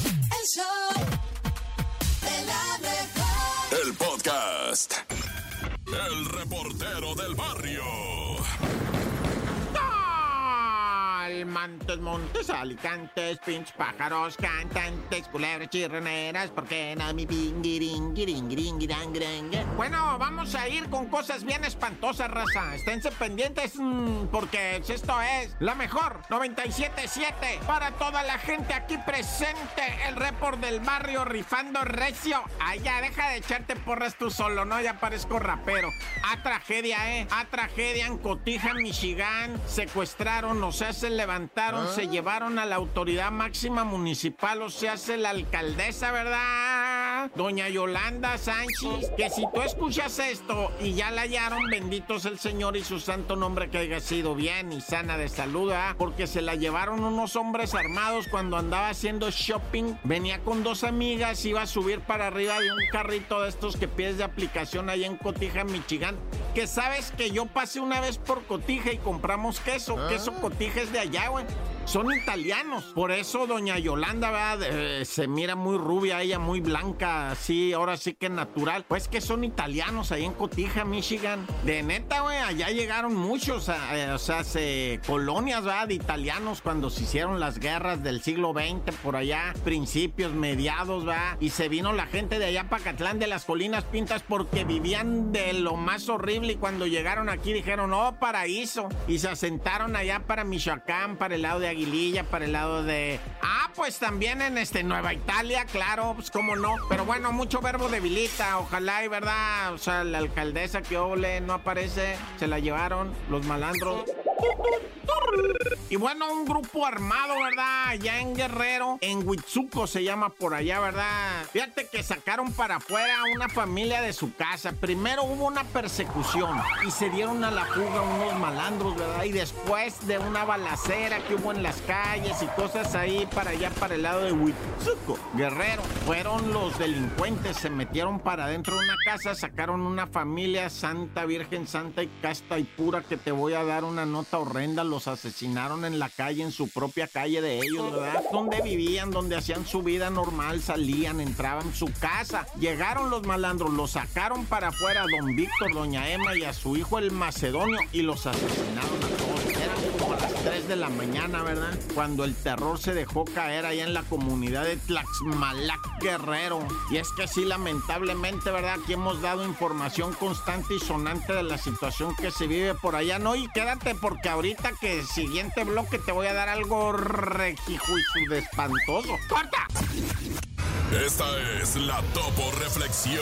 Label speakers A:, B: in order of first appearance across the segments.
A: El show de la mejor.
B: El podcast. El reportero del barrio.
C: ¡Gol! Mantos, montes, alicantes, pinches pájaros, cantantes, culebras, chirroneras, porque no mi pingiringiringiringirangrengue. Bueno, vamos a ir con cosas bien espantosas, raza. Esténse pendientes mm, porque esto es la mejor 977 para toda la gente aquí presente. El report del barrio rifando recio. Ay, ya deja de echarte porras tú solo, ¿no? Ya parezco rapero. A tragedia, ¿eh? A tragedia en Cotija, Michigan. Secuestraron, o sea, se levantaron, se llevaron a la autoridad máxima municipal, o sea, se la alcaldesa, ¿verdad? Doña Yolanda Sánchez. Que si tú escuchas esto y ya la hallaron, bendito es el Señor y su santo nombre que haya sido bien y sana de salud, ¿verdad? Porque se la llevaron unos hombres armados cuando andaba haciendo shopping. Venía con dos amigas, iba a subir para arriba de un carrito de estos que pides de aplicación ahí en Cotija, Michigan. Que sabes que yo pasé una vez por Cotija y compramos queso. Queso Cotija es de allá, güey. Son italianos. Por eso doña Yolanda, ¿verdad? Eh, se mira muy rubia, ella muy blanca, así, ahora sí que natural. Pues que son italianos ahí en Cotija, Michigan. De neta, güey, allá llegaron muchos, a- eh, o sea, se, colonias, ¿verdad? De italianos cuando se hicieron las guerras del siglo XX por allá, principios, mediados, ¿verdad? Y se vino la gente de allá para Catlán de las Colinas Pintas porque vivían de lo más horrible y cuando llegaron aquí dijeron, oh, paraíso. Y se asentaron allá para Michoacán, para el lado de Aguililla, para el lado de... Ah, pues también en este Nueva Italia, claro, pues cómo no. Pero bueno, mucho verbo debilita, ojalá y verdad. O sea, la alcaldesa que ole no aparece, se la llevaron los malandros. Y bueno, un grupo armado, ¿verdad? Allá en Guerrero, en Huitzuco se llama por allá, ¿verdad? Fíjate que sacaron para afuera a una familia de su casa. Primero hubo una persecución y se dieron a la fuga unos malandros, ¿verdad? Y después de una balacera que hubo en las calles y cosas ahí para allá, para el lado de Huitzuco, Guerrero, fueron los delincuentes, se metieron para adentro de una casa, sacaron una familia santa, virgen santa y casta y pura que te voy a dar una nota horrenda, los asesinaron en la calle, en su propia calle de ellos, ¿verdad? Donde vivían, donde hacían su vida normal, salían, entraban su casa. Llegaron los malandros, los sacaron para afuera a don Víctor, doña Emma y a su hijo el macedonio y los asesinaron a todos. Eran como las 3 de la mañana, ¿verdad? Cuando el terror se dejó caer allá en la comunidad de Tlaxmalac Guerrero. Y es que sí, lamentablemente, ¿verdad? Aquí hemos dado información constante y sonante de la situación que se vive por allá, ¿no? Y quédate porque ahorita que el siguiente bloque te voy a dar algo rejijo y de espantoso. ¡Corta!
B: Esta es la Topo Reflexión.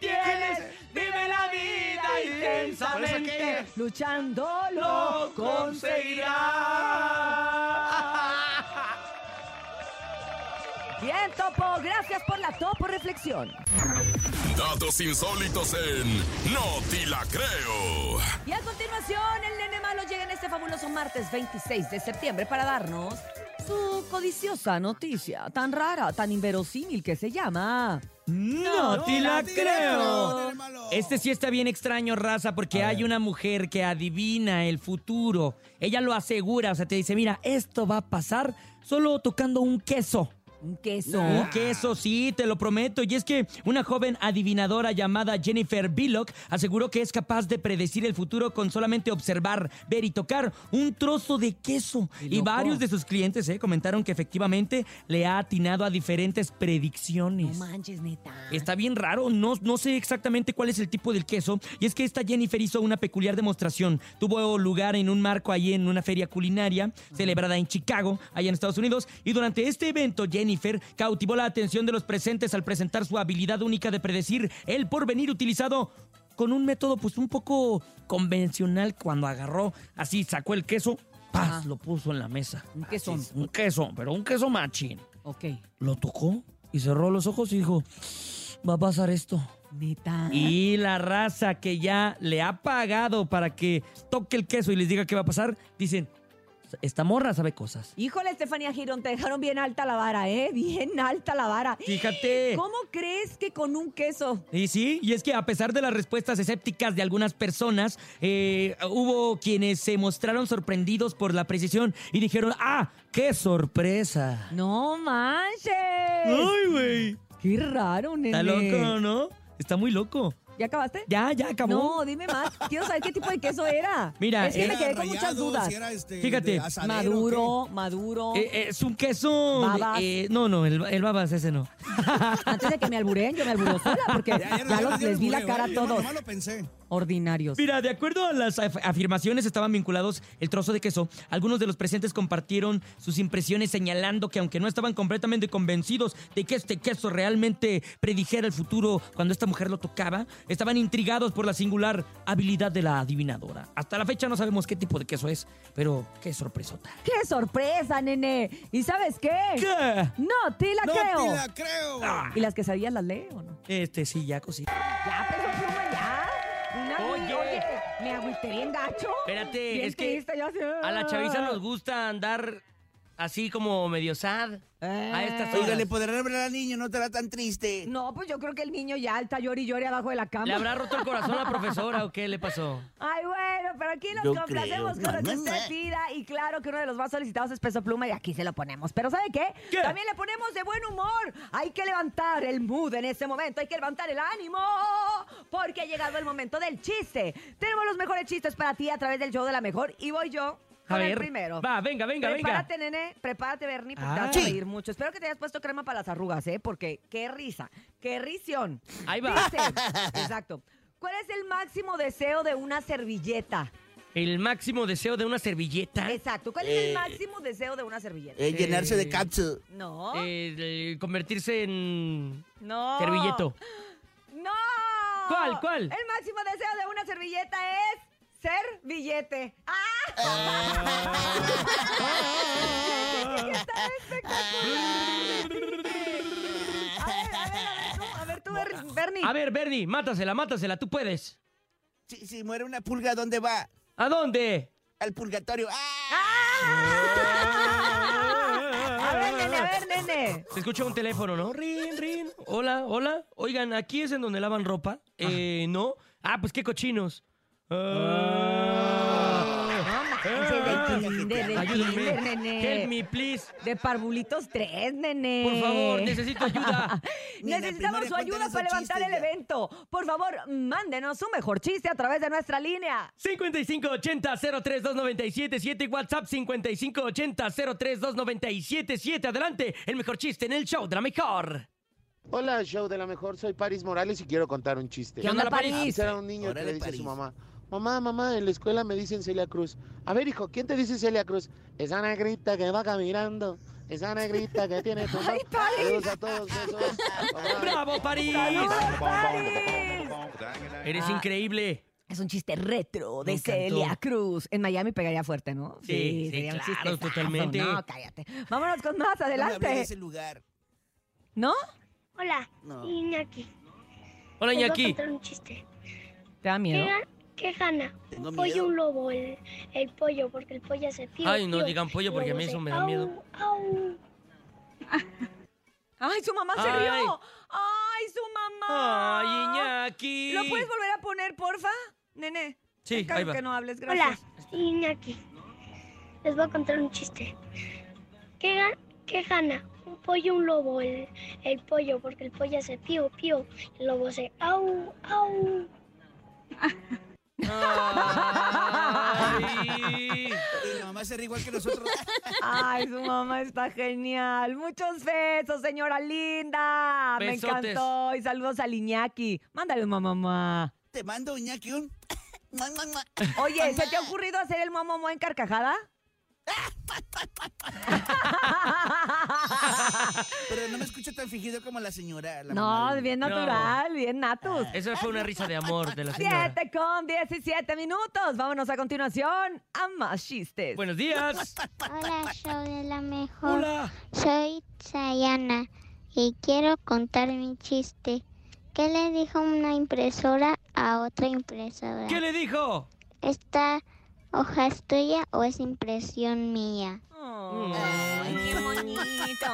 D: tienes. Vive la vida intensamente. Luchando lo conseguirás. Bien, Topo. Gracias por la Topo Reflexión.
B: Datos insólitos en No Ti La Creo.
D: Y a continuación, el nene malo llega en este fabuloso martes 26 de septiembre para darnos su codiciosa noticia, tan rara, tan inverosímil que se llama...
E: No,
D: No
E: te
D: la
E: la creo.
D: creo.
E: Este sí está bien extraño, raza, porque hay una mujer que adivina el futuro. Ella lo asegura, o sea, te dice, mira, esto va a pasar solo tocando un queso.
D: Un queso.
E: Un queso, sí, te lo prometo. Y es que una joven adivinadora llamada Jennifer Billock aseguró que es capaz de predecir el futuro con solamente observar, ver y tocar un trozo de queso.
D: Qué
E: Y varios
D: loco.
E: de sus clientes eh, comentaron que efectivamente le ha atinado a diferentes
D: No
E: predicciones.
D: manches, neta.
E: Está bien raro, no, no sé exactamente cuál es el tipo del queso. Y es que esta Jennifer hizo una peculiar demostración. Tuvo lugar en un marco ahí en una feria culinaria celebrada en Chicago, allá en Estados Unidos. Y durante este evento, Jennifer cautivó la atención de los presentes al presentar su habilidad única de predecir el porvenir utilizado
F: con un método pues un poco convencional cuando agarró así, sacó el queso, ¡paz!
D: Ajá.
F: lo puso en la mesa.
D: Un quesón.
F: Así, Un queso, pero un queso machín.
D: Ok.
F: Lo tocó y cerró los ojos y dijo, va a pasar esto.
D: Neta.
F: Y la raza que ya le ha pagado para que toque el queso y les diga qué va a pasar, dicen, esta morra sabe cosas.
D: Híjole, Estefanía Girón, te dejaron bien alta la vara, ¿eh? Bien alta la vara.
F: Fíjate.
D: ¿Cómo crees que con un queso?
F: Y sí, y es que a pesar de las respuestas escépticas de algunas personas, eh, hubo quienes se mostraron sorprendidos por la precisión y dijeron, ¡ah, qué sorpresa!
D: No manches.
F: güey!
D: Qué raro, nene.
F: Está loco, ¿no? Está muy loco.
D: ¿Ya acabaste?
F: Ya, ya acabó.
D: No, dime más. Quiero saber qué tipo de queso era.
F: Mira,
D: es que me
F: era
D: quedé con muchas
G: rallado,
D: dudas.
G: si era, este,
F: Fíjate,
G: de asadero,
D: maduro, maduro.
F: Eh, eh, es un queso...
D: Babas.
F: eh, no, no, el, el babas ese no.
D: Antes de que me alburen, yo me alburó sola porque
G: ¿o
D: ya,
G: qué? Ya,
D: los, les vi la cara a todos.
G: No lo pensé.
D: Ordinarios.
F: Mira, de acuerdo a las af- afirmaciones estaban vinculados el trozo de queso. Algunos de los presentes compartieron sus impresiones señalando que aunque no estaban completamente convencidos de que este queso realmente predijera el futuro cuando esta mujer lo tocaba, estaban intrigados por la singular habilidad de la adivinadora. Hasta la fecha no sabemos qué tipo de queso es, pero qué sorpresota.
D: ¡Qué sorpresa, nene! ¿Y sabes qué?
F: ¿Qué?
D: No, te la
G: No
D: creo.
G: te la creo.
D: ¿Y las quesadillas las leo o no?
F: Este sí, ya cosí.
D: Ya, peso pluma, ya. Una,
E: Oye.
D: oye, oye, me agüité bien gacho.
E: Espérate,
D: Bien
E: es que
D: triste, yo así,
E: A la chaviza nos gusta andar así como medio sad. A estas
D: Oiga,
E: horas.
G: Oiga, ¿le podrán hablar al niño? No estará tan triste.
D: No, pues yo creo que el niño ya está llori y llore abajo de la cama.
E: ¿Le habrá roto el corazón a la profesora o qué le pasó?
D: Ay, bueno, pero aquí los
G: Yo
D: complacemos
G: creo.
D: con lo que
G: Mamá.
D: usted pida. Y claro que uno de los más solicitados es Peso Pluma y aquí se lo ponemos. Pero ¿sabe qué?
F: ¿Qué?
D: También le ponemos de buen humor. Hay que levantar el mood en este momento. Hay que levantar el ánimo. Porque ha llegado el momento del chiste. Tenemos los mejores chistes para ti a través del show de la mejor. Y voy yo con el
F: Javier,
D: primero.
F: va, venga, venga, venga.
D: prepárate, nene. Prepárate, Bernie, porque te
F: Ah.
D: vas a
F: Sí.
D: reír mucho. Espero que te hayas puesto crema para las arrugas, ¿eh? Porque qué risa. Qué risión.
E: Ahí va.
D: Dice, exacto. ¿Cuál es el máximo deseo de una servilleta?
E: El máximo deseo de una servilleta.
D: Exacto. ¿Cuál es el máximo deseo de una servilleta?
G: Eh, llenarse
E: ¿Ah? Eh.
G: de capsu.
D: No.
E: eh, de convertirse en
D: no.
E: servilleto.
D: No.
E: ¿Cuál, cuál?
D: El máximo deseo de una servilleta es ser billete. ¡Ah! Está espectacular. A ver, a ver, a ver, tú, a ver, tú, Ber- Bernie.
E: A ver, Bernie, mátasela, mátasela, tú puedes.
G: Si, si muere una pulga, ¿dónde va?
E: ¿A dónde?
G: Al purgatorio. ¡Ah!
D: A ver, nene, a ver, nene.
E: Se escucha un teléfono, ¿no? Rin, rin. Hola, hola. Oigan, aquí es en donde lavan ropa. Eh, no. Ah, pues qué cochinos. Ah.
D: Del kinder, del kinder,
E: Ayúdenme.
D: nene. Eh.
E: Help me, please.
D: De parvulitos 3, nene.
E: Por favor, necesito ayuda.
G: Ni en la
D: Necesitamos
G: primaria
D: su ayuda
G: cuentan
D: para
G: esos
D: levantar el
G: chistes ya.
D: evento. Por favor, mándenos su mejor chiste a través de nuestra línea.
E: 5580-032977 y WhatsApp 5580-032977. Adelante, el mejor chiste en el show de la mejor.
H: Hola, show de la mejor. Soy Paris Morales y quiero contar un chiste.
E: ¿Qué onda, la París?
H: Antes era un niño que
G: Órale,
H: le dice a
G: París.
H: su mamá, mamá, mamá, en la escuela me dicen Celia Cruz. A ver, hijo, ¿quién te dice Celia Cruz? Esa negrita que va caminando, esa negrita que tiene tu
D: ¡Ay, París!
H: Saludos a todos, besos. Bye, bye.
E: ¡Bravo, París! Eres
D: Ah.
E: increíble.
D: Es un chiste retro
E: Me
D: de
E: encantó.
D: Celia Cruz. En Miami pegaría fuerte, ¿no?
E: Sí, sí, claro,
D: chistezazo.
E: totalmente.
D: No, cállate. Vámonos
G: No
D: con más,
G: me hables de
D: adelante.
G: ese lugar.
D: ¿No?
I: Hola,
G: No.
I: Iñaki.
E: Hola,
I: Les voy a
E: Iñaki.
I: contar un chiste.
D: ¿Te da
I: ¿Qué,
D: miedo?
I: ga- qué gana?
G: Tengo
I: ¿Un pollo
G: miedo.
I: o un lobo? El, el pollo, porque el pollo hace pío.
E: Ay, no
I: pío,
E: digan pollo,
I: y
E: porque a mí
I: luego
E: eso
I: hace
E: me da miedo.
I: au, au.
D: ¡Ay, su mamá se
E: Ay.
D: rió! ¡Ay, su mamá!
E: ¡Ay, Iñaki!
D: ¿Lo puedes volver a poner, porfa? Nene.
E: Sí,
D: te encargo
E: ahí va.
D: que no hables,
I: Hola,
D: gracias.
I: Iñaki. Les voy a contar un chiste. ¿Qué, ga- qué gana? ¿Un pollo o un lobo? El, el pollo, porque el pollo hace pío, pío. El lobo hace au, au.
E: Ay.
G: Y la mamá se ríe igual que nosotros.
D: Ay, su mamá está genial. Muchos besos, señora linda.
E: Besotes.
D: Me encantó. Y saludos al Iñaki. Mándale un mamá.
G: Te mando, Iñaki, un...
D: Oye, ¿se te ha ocurrido hacer el mamá en carcajada?
G: Pero no me escucho tan fingido como la señora. la mamá
D: No,
G: de-
D: bien natural, bien natus.
E: Esa fue una risa de amor de la señora.
D: 7 con 17 minutos. Vámonos a continuación a más chistes.
E: Buenos días.
J: Hola, show de la mejor. Soy Sayana y quiero contar mi chiste. ¿Qué le dijo una impresora a otra impresora?
E: ¿Qué le dijo?
J: ¿Esta hoja es tuya o es impresión mía?
D: Ah.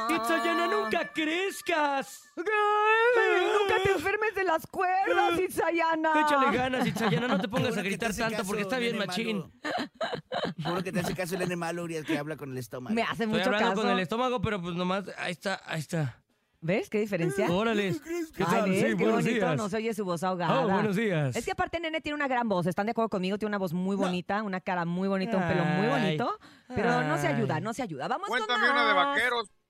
E: Itzayana, nunca crezcas.
D: Nunca te enfermes de las cuerdas, Isayana.
E: Eh, Échale ganas, Itzayana, no te pongas a gritar tanto porque está bien
G: nene
E: machín.
G: Juro que te hace caso el nene malo, Urias, que habla con el estómago.
D: Me hace
E: Estoy
D: mucho
E: hablando
D: caso.
E: con el estómago, pero pues nomás, ahí está, ahí está.
D: ¿Ves qué diferencia?
E: Órale. Oh, ¿Qué
D: Ay,
E: tal?
D: ¿ves?
E: Sí,
D: Qué
E: buenos
D: bonito,
E: días.
D: no se oye su voz ahogada.
E: Oh, buenos días.
D: Es que aparte Nene tiene una gran voz, ¿están de acuerdo conmigo? Tiene una voz muy bonita, una cara muy bonita, un pelo muy
E: Ay.
D: bonito, pero no se
E: Ay.
D: ayuda, no se ayuda. Vamos con más.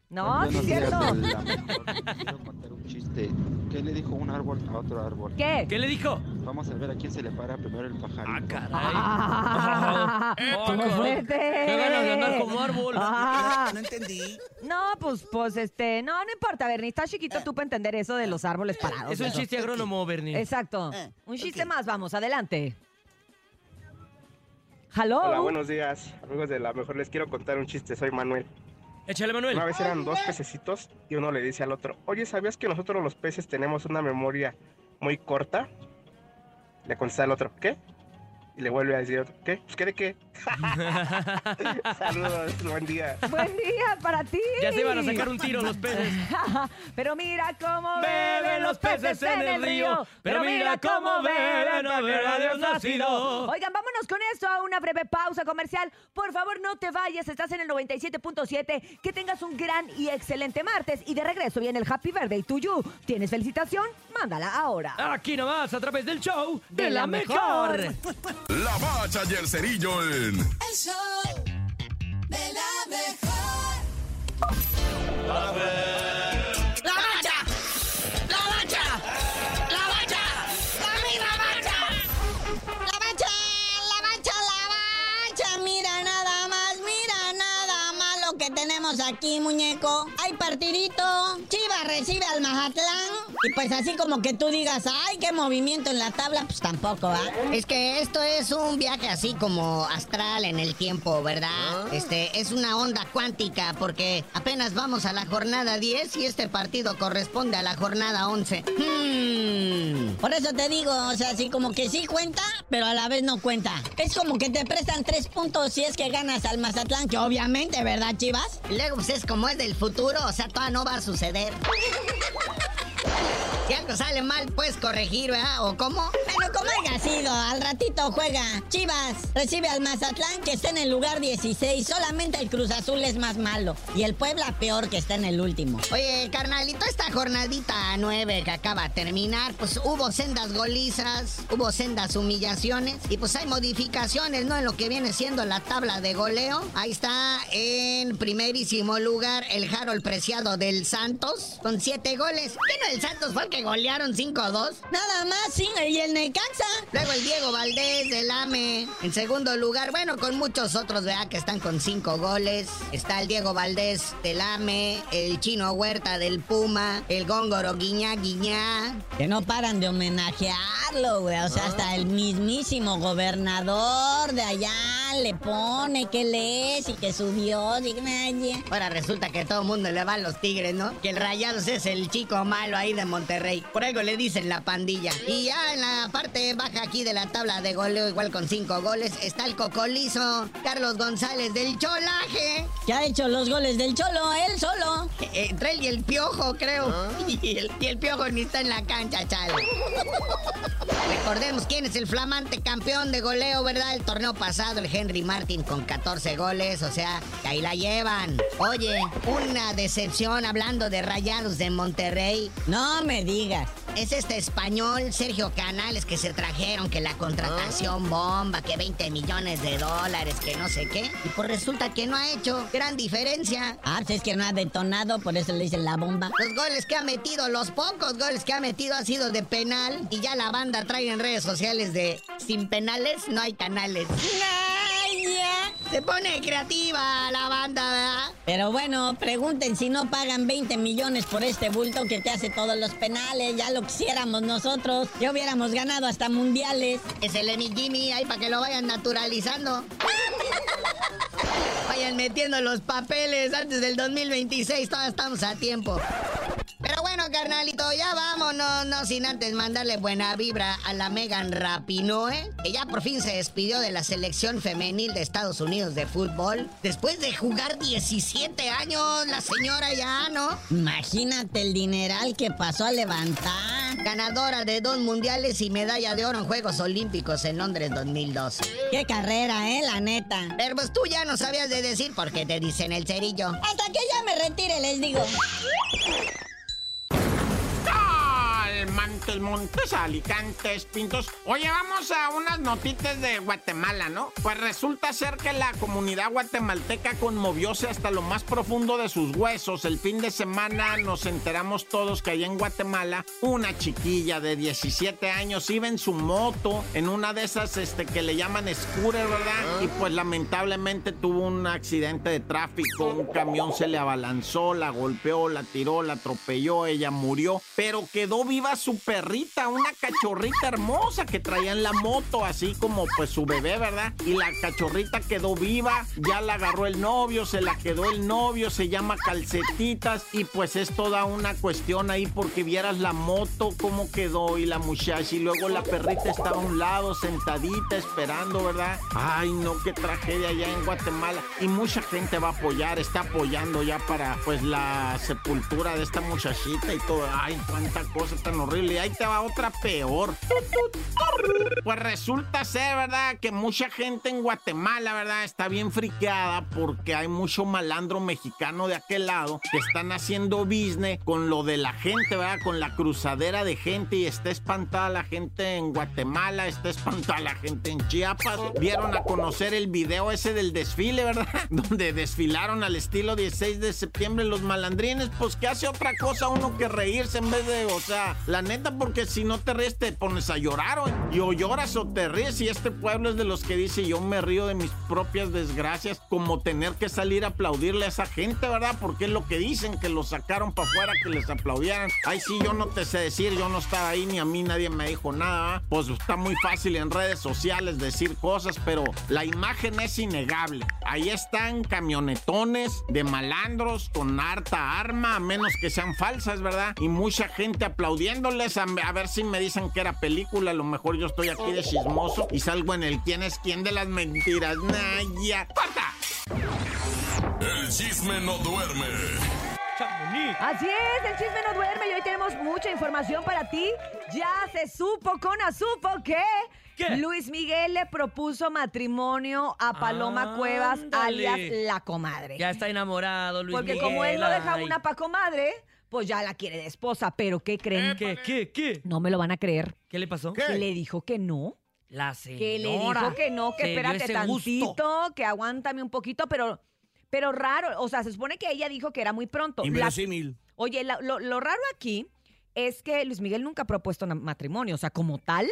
D: No,
K: Buenos
D: sí es
K: días,
D: cierto.
K: de la mejor. Quiero contar un chiste. ¿Qué le dijo un árbol a otro árbol?
D: ¿Qué?
E: ¿Qué le dijo?
K: Vamos a ver a quién se le para primero el pajarito. Ah,
D: Ah, estuvo fuerte.
E: Qué ganas de andar como árbol.
D: Ah.
G: No entendí.
D: No, pues, pues, este, no, no importa, Bernie, estás chiquito tú para entender eso de los árboles parados.
E: Es un
D: eso.
E: chiste agrónomo, Bernie.
D: Exacto. Un chiste más, vamos, adelante. Hello.
L: Hola, buenos días. Amigos de la mejor les quiero contar un chiste. Soy Manuel.
E: Échale, Manuel.
L: Una vez eran dos pececitos y uno le dice al otro, oye, ¿sabías que nosotros los peces tenemos una memoria muy corta? Le contesta al otro, ¿qué? Y le vuelve a decir, otro, ¿qué? Pues, ¿qué de qué? Saludos, buen día.
D: Buen día para ti.
L: Ya se iban a sacar un tiro los peces.
D: Pero mira cómo
E: Beben los peces en el río, pero mira cómo beben no haber a Dios nacido.
D: Oigan, vámonos con esto a una breve pausa comercial. Por favor, no te vayas, estás en el 97.7. Que tengas un gran y excelente martes. Y de regreso viene el Happy Birthday to You. ¿Tienes felicitación? Mándala ahora.
E: Aquí nomás, a través del show de,
D: De
E: la,
D: la
E: mejor.
B: La bacha y el cerillo en
M: El show de la mejor.
N: La mancha, la mancha, la mancha, la misma mancha. La mancha, la mancha, la mancha. Mira nada más, mira nada más lo que tenemos aquí, muñeco. Hay partidito. Chivas recibe al Mazatlán. Y pues así como que tú digas, ay, qué movimiento en la tabla, pues tampoco, ¿va? Es que esto es un viaje así como astral en el tiempo, ¿verdad? Este, es una onda cuántica porque apenas vamos a la jornada 10 y este partido corresponde a la jornada 11. Hmm. Por eso te digo, o sea, así como que sí cuenta, pero a la vez no cuenta. Es como que te prestan tres puntos si es que ganas al Mazatlán, que obviamente, ¿verdad, Chivas? Luego, pues es como es del futuro, o sea, todavía no va a suceder. Si algo sale mal, puedes corregir, ¿verdad? ¿O cómo? Pero como haya sido, al ratito juega. Chivas recibe al Mazatlán que está en el lugar 16. Solamente el Cruz Azul es más malo. Y el Puebla peor que está en el último. Oye, carnalito, esta jornadita 9 que acaba de terminar, pues hubo sendas golizas, hubo sendas humillaciones. Y pues hay modificaciones, ¿no? En lo que viene siendo la tabla de goleo. Ahí está en primerísimo lugar el Harold Preciado del Santos con 7 goles. ¿Qué no el Santos fue el que golearon 5-2? Nada más, sí, y el Necaxa. Luego el Diego Valdés del AME. En segundo lugar, bueno, con muchos otros, vea que están con 5 goles. Está el Diego Valdés del AME, el Chino Huerta del Puma, el Góngoro Guiñá Guiñá. Que no paran de homenajearlo, güey. O sea, hasta el mismísimo gobernador de allá le pone que le es y que su Dios y que nadie. Ahora resulta que todo el mundo le va a los tigres, ¿no? Que el Rayados es el chico malo ahí de Monterrey. Por algo le dicen la pandilla. Y ya en la parte baja aquí de la tabla de goleo, igual con cinco goles, está el cocolizo Carlos González del Cholaje. Que ha hecho los goles del Cholo, él solo. Entre él y el Piojo, creo. Y, el, y el Piojo ni está en la cancha, chale. Recordemos quién es el flamante campeón de goleo, ¿verdad? El torneo pasado, el Henry Martin con 14 goles, o sea, que ahí la llevan. Oye, una decepción hablando de Rayados de Monterrey. No me digas. Es este español Sergio Canales que se trajeron que la contratación bomba, que 20 millones de dólares, que no sé qué. Y pues resulta que no ha hecho gran diferencia. Ah, pues es que no ha detonado, por eso le dicen la bomba. Los goles que ha metido, los pocos goles que ha metido ha sido de penal. Y ya la banda trae en redes sociales de sin penales no hay canales. Se pone creativa la banda, ¿verdad? Pero bueno, pregunten si no pagan 20 millones por este bulto que te hace todos los penales. Ya lo quisiéramos nosotros. Ya hubiéramos ganado hasta mundiales. Es el Emi Jimmy ahí para que lo vayan naturalizando. vayan metiendo los papeles antes del 2026. Todavía estamos a tiempo. Pero bueno, carnalito, ya vámonos, no sin antes mandarle buena vibra a la Megan Rapinoe, que ya por fin se despidió de la selección femenil de Estados Unidos de fútbol. Después de jugar 17 años, la señora ya, ¿no? Imagínate el dineral que pasó a levantar. Ganadora de dos mundiales y medalla de oro en Juegos Olímpicos en Londres 2012. Qué carrera, ¿eh? La neta. Pero pues tú ya no sabías de decir por qué te dicen el cerillo. Hasta que ya me retire, les digo.
C: Calmantes, Montes, Alicantes, Pintos. Oye, vamos a unas notitas de Guatemala, ¿no? Pues resulta ser que la comunidad guatemalteca conmovióse hasta lo más profundo de sus huesos. El fin de semana nos enteramos todos que allá en Guatemala una chiquilla de 17 años iba en su moto, en una de esas este, que le llaman scooter, ¿verdad? Y pues lamentablemente tuvo un accidente de tráfico, un camión se le abalanzó, la golpeó, la tiró, la atropelló, ella murió, pero quedó viva su perrita, una cachorrita hermosa que traía en la moto, así como pues su bebé, ¿verdad? Y la cachorrita quedó viva, ya la agarró el novio, se la quedó el novio, se llama calcetitas y pues es toda una cuestión ahí porque vieras la moto, cómo quedó y la muchacha y luego la perrita estaba a un lado sentadita esperando, ¿verdad? Ay, no, qué tragedia allá en Guatemala y mucha gente va a apoyar, está apoyando ya para pues la sepultura de esta muchachita y todo. Ay, cuánta cosa tan horrible. Y ahí te va otra peor. Pues resulta ser, ¿verdad? Que mucha gente en Guatemala, ¿verdad? Está bien friqueada porque hay mucho malandro mexicano de aquel lado que están haciendo business con lo de la gente, ¿verdad? Con la cruzadera de gente y está espantada la gente en Guatemala, está espantada la gente en Chiapas. Vieron a conocer el video ese del desfile, ¿verdad? Donde desfilaron al estilo 16 de septiembre los malandrines. Pues que hace otra cosa uno que reírse en vez de, o sea, la neta, porque si no te ríes te pones a llorar o, y o lloras o te ríes. Y este pueblo es de los que dice yo me río de mis propias desgracias, como tener que salir a aplaudirle a esa gente, ¿verdad? Porque es lo que dicen, que los sacaron para afuera, que les aplaudieran. Ay, sí, yo no te sé decir, yo no estaba ahí, ni a mí nadie me dijo nada. ¿verdad? Pues está muy fácil en redes sociales decir cosas, pero la imagen es innegable. Ahí están camionetones de malandros con harta arma, a menos que sean falsas, ¿verdad? Y mucha gente aplaudiéndoles a, a ver si me dicen que era película. A lo mejor yo estoy aquí de chismoso y salgo en el quién es quién de las mentiras. Naya. ¡Corta!
B: El chisme no duerme.
D: Así es, el chisme no duerme y hoy tenemos mucha información para ti. Ya se supo, Cona, supo que Luis Miguel le propuso matrimonio a Paloma Cuevas,
E: Ah, Ándale.
D: alias la comadre.
E: Ya está enamorado, Luis
D: Porque
E: Miguel.
D: como él no deja
E: ay.
D: una pa' comadre, pues ya la quiere de esposa. Pero ¿qué creen?
E: ¿Qué, qué, qué?
D: No me lo van a creer.
E: ¿Qué le pasó?
D: Que le dijo que no.
E: La señora.
D: Que le dijo que no, que
E: se dio
D: espérate
E: ese gusto.
D: tantito, que aguántame un poquito, pero, pero raro. O sea, se supone que ella dijo que era muy pronto. La-
G: Inverosímil.
D: oye, la- lo, lo raro aquí es que Luis Miguel nunca ha propuesto na- matrimonio. O sea, como tal,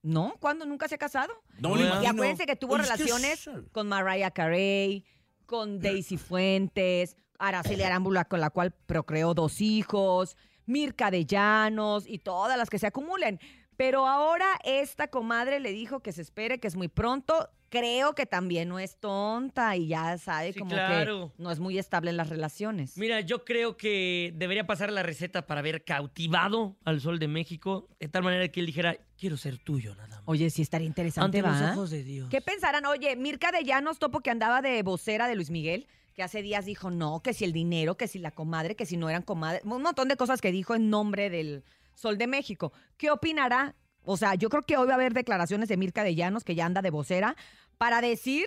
D: ¿no? ¿Cuándo? ¿Nunca se ha casado?
G: No me
D: Y
G: imagino.
D: acuérdense que tuvo
G: Oye, es que
D: relaciones
G: es-
D: con Mariah Carey, con Daisy Fuentes, Araceli Arámbula, con la cual procreó dos hijos, Mirka de Llanos y todas las que se acumulen. Pero ahora esta comadre le dijo que se espere, que es muy pronto. Creo que también no es tonta y ya sabe como
E: claro.
D: que no es muy estable en las relaciones.
E: Mira, yo creo que debería pasar la receta para ver cautivado al sol de México, de tal manera que él dijera, quiero ser tuyo, nada más.
D: Oye, sí estaría interesante,
E: Ante los
D: ¿va?
E: ojos de Dios.
D: ¿Qué pensarán? Oye, Mirka de Llanos, topo que andaba de vocera de Luis Miguel, que hace días dijo no, que si el dinero, que si la comadre, que si no eran comadre, un montón de cosas que dijo en nombre del Sol de México. ¿Qué opinará? O sea, yo creo que hoy va a haber declaraciones de Mirka de Llanos, que ya anda de vocera, para decir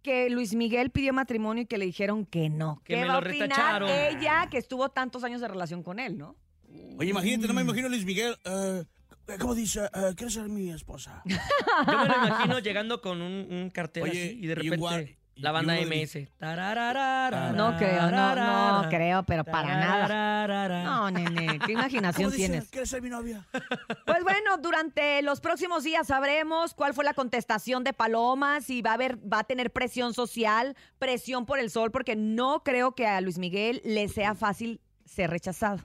D: que Luis Miguel pidió matrimonio y que le dijeron que no.
E: Que
D: ¿Qué
E: me
D: va
E: lo
D: a opinar
E: retacharon.
D: ella que estuvo tantos años de relación con él, no?
G: Oye, imagínate, no me imagino a Luis Miguel. eh, ¿Cómo dice? Eh, ¿Quieres ser mi esposa?
E: Yo me lo imagino llegando con un, un cartel
G: Oye,
E: así y
G: y
E: de
G: un
E: repente...
G: guar- Y,
E: La banda MS. Tarararara,
D: No creo, no, no creo, pero para nada.
E: Tarararara.
D: No, nene, qué imaginación
E: ¿Cómo dice?
D: tienes.
E: ¿Quieres ser mi novia?
D: Pues bueno, durante los próximos días sabremos cuál fue la contestación de Paloma, si va a haber, va a tener presión social, presión por el sol, porque no creo que a Luis Miguel le sea fácil ser rechazado.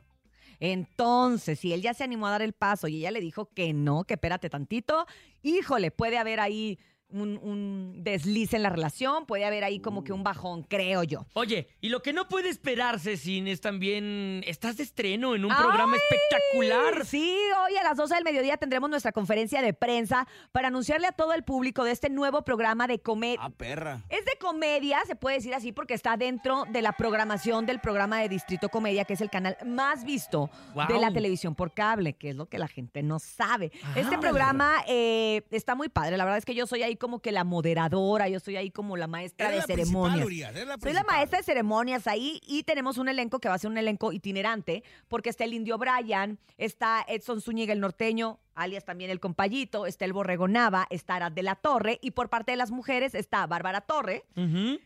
D: Entonces, si él ya se animó a dar el paso y ella le dijo que no, que espérate tantito, híjole, puede haber ahí un, un desliz en la relación, puede haber ahí como que un bajón, creo yo.
E: Oye, y lo que no puede esperarse, Sin, es también. Estás de estreno en un
D: ¡Ay!
E: programa espectacular.
D: Sí, hoy a las 12 del mediodía tendremos nuestra conferencia de prensa para anunciarle a todo el público de este nuevo programa de comedia.
N: Ah.
G: Perra.
D: Es de comedia, se puede decir así, porque está dentro de la programación del programa de Distrito Comedia, que es el canal más visto
N: Guau.
D: de la televisión por cable, que es lo que la gente no sabe. este
N: órale.
D: programa eh, está muy padre. La verdad es que yo soy ahí como que la moderadora, yo soy ahí como la maestra
N: Eres
D: de
N: la principal,
D: ceremonias.
N: Urias, eres la
D: soy la maestra de ceremonias ahí y tenemos un elenco que va a ser un elenco itinerante, porque está el Indio Bryan, está Edson Zúñiga el norteño, alias también el compayito, está el Borrego Nava, está Arad de la Torre y por parte de las mujeres está Bárbara Torre.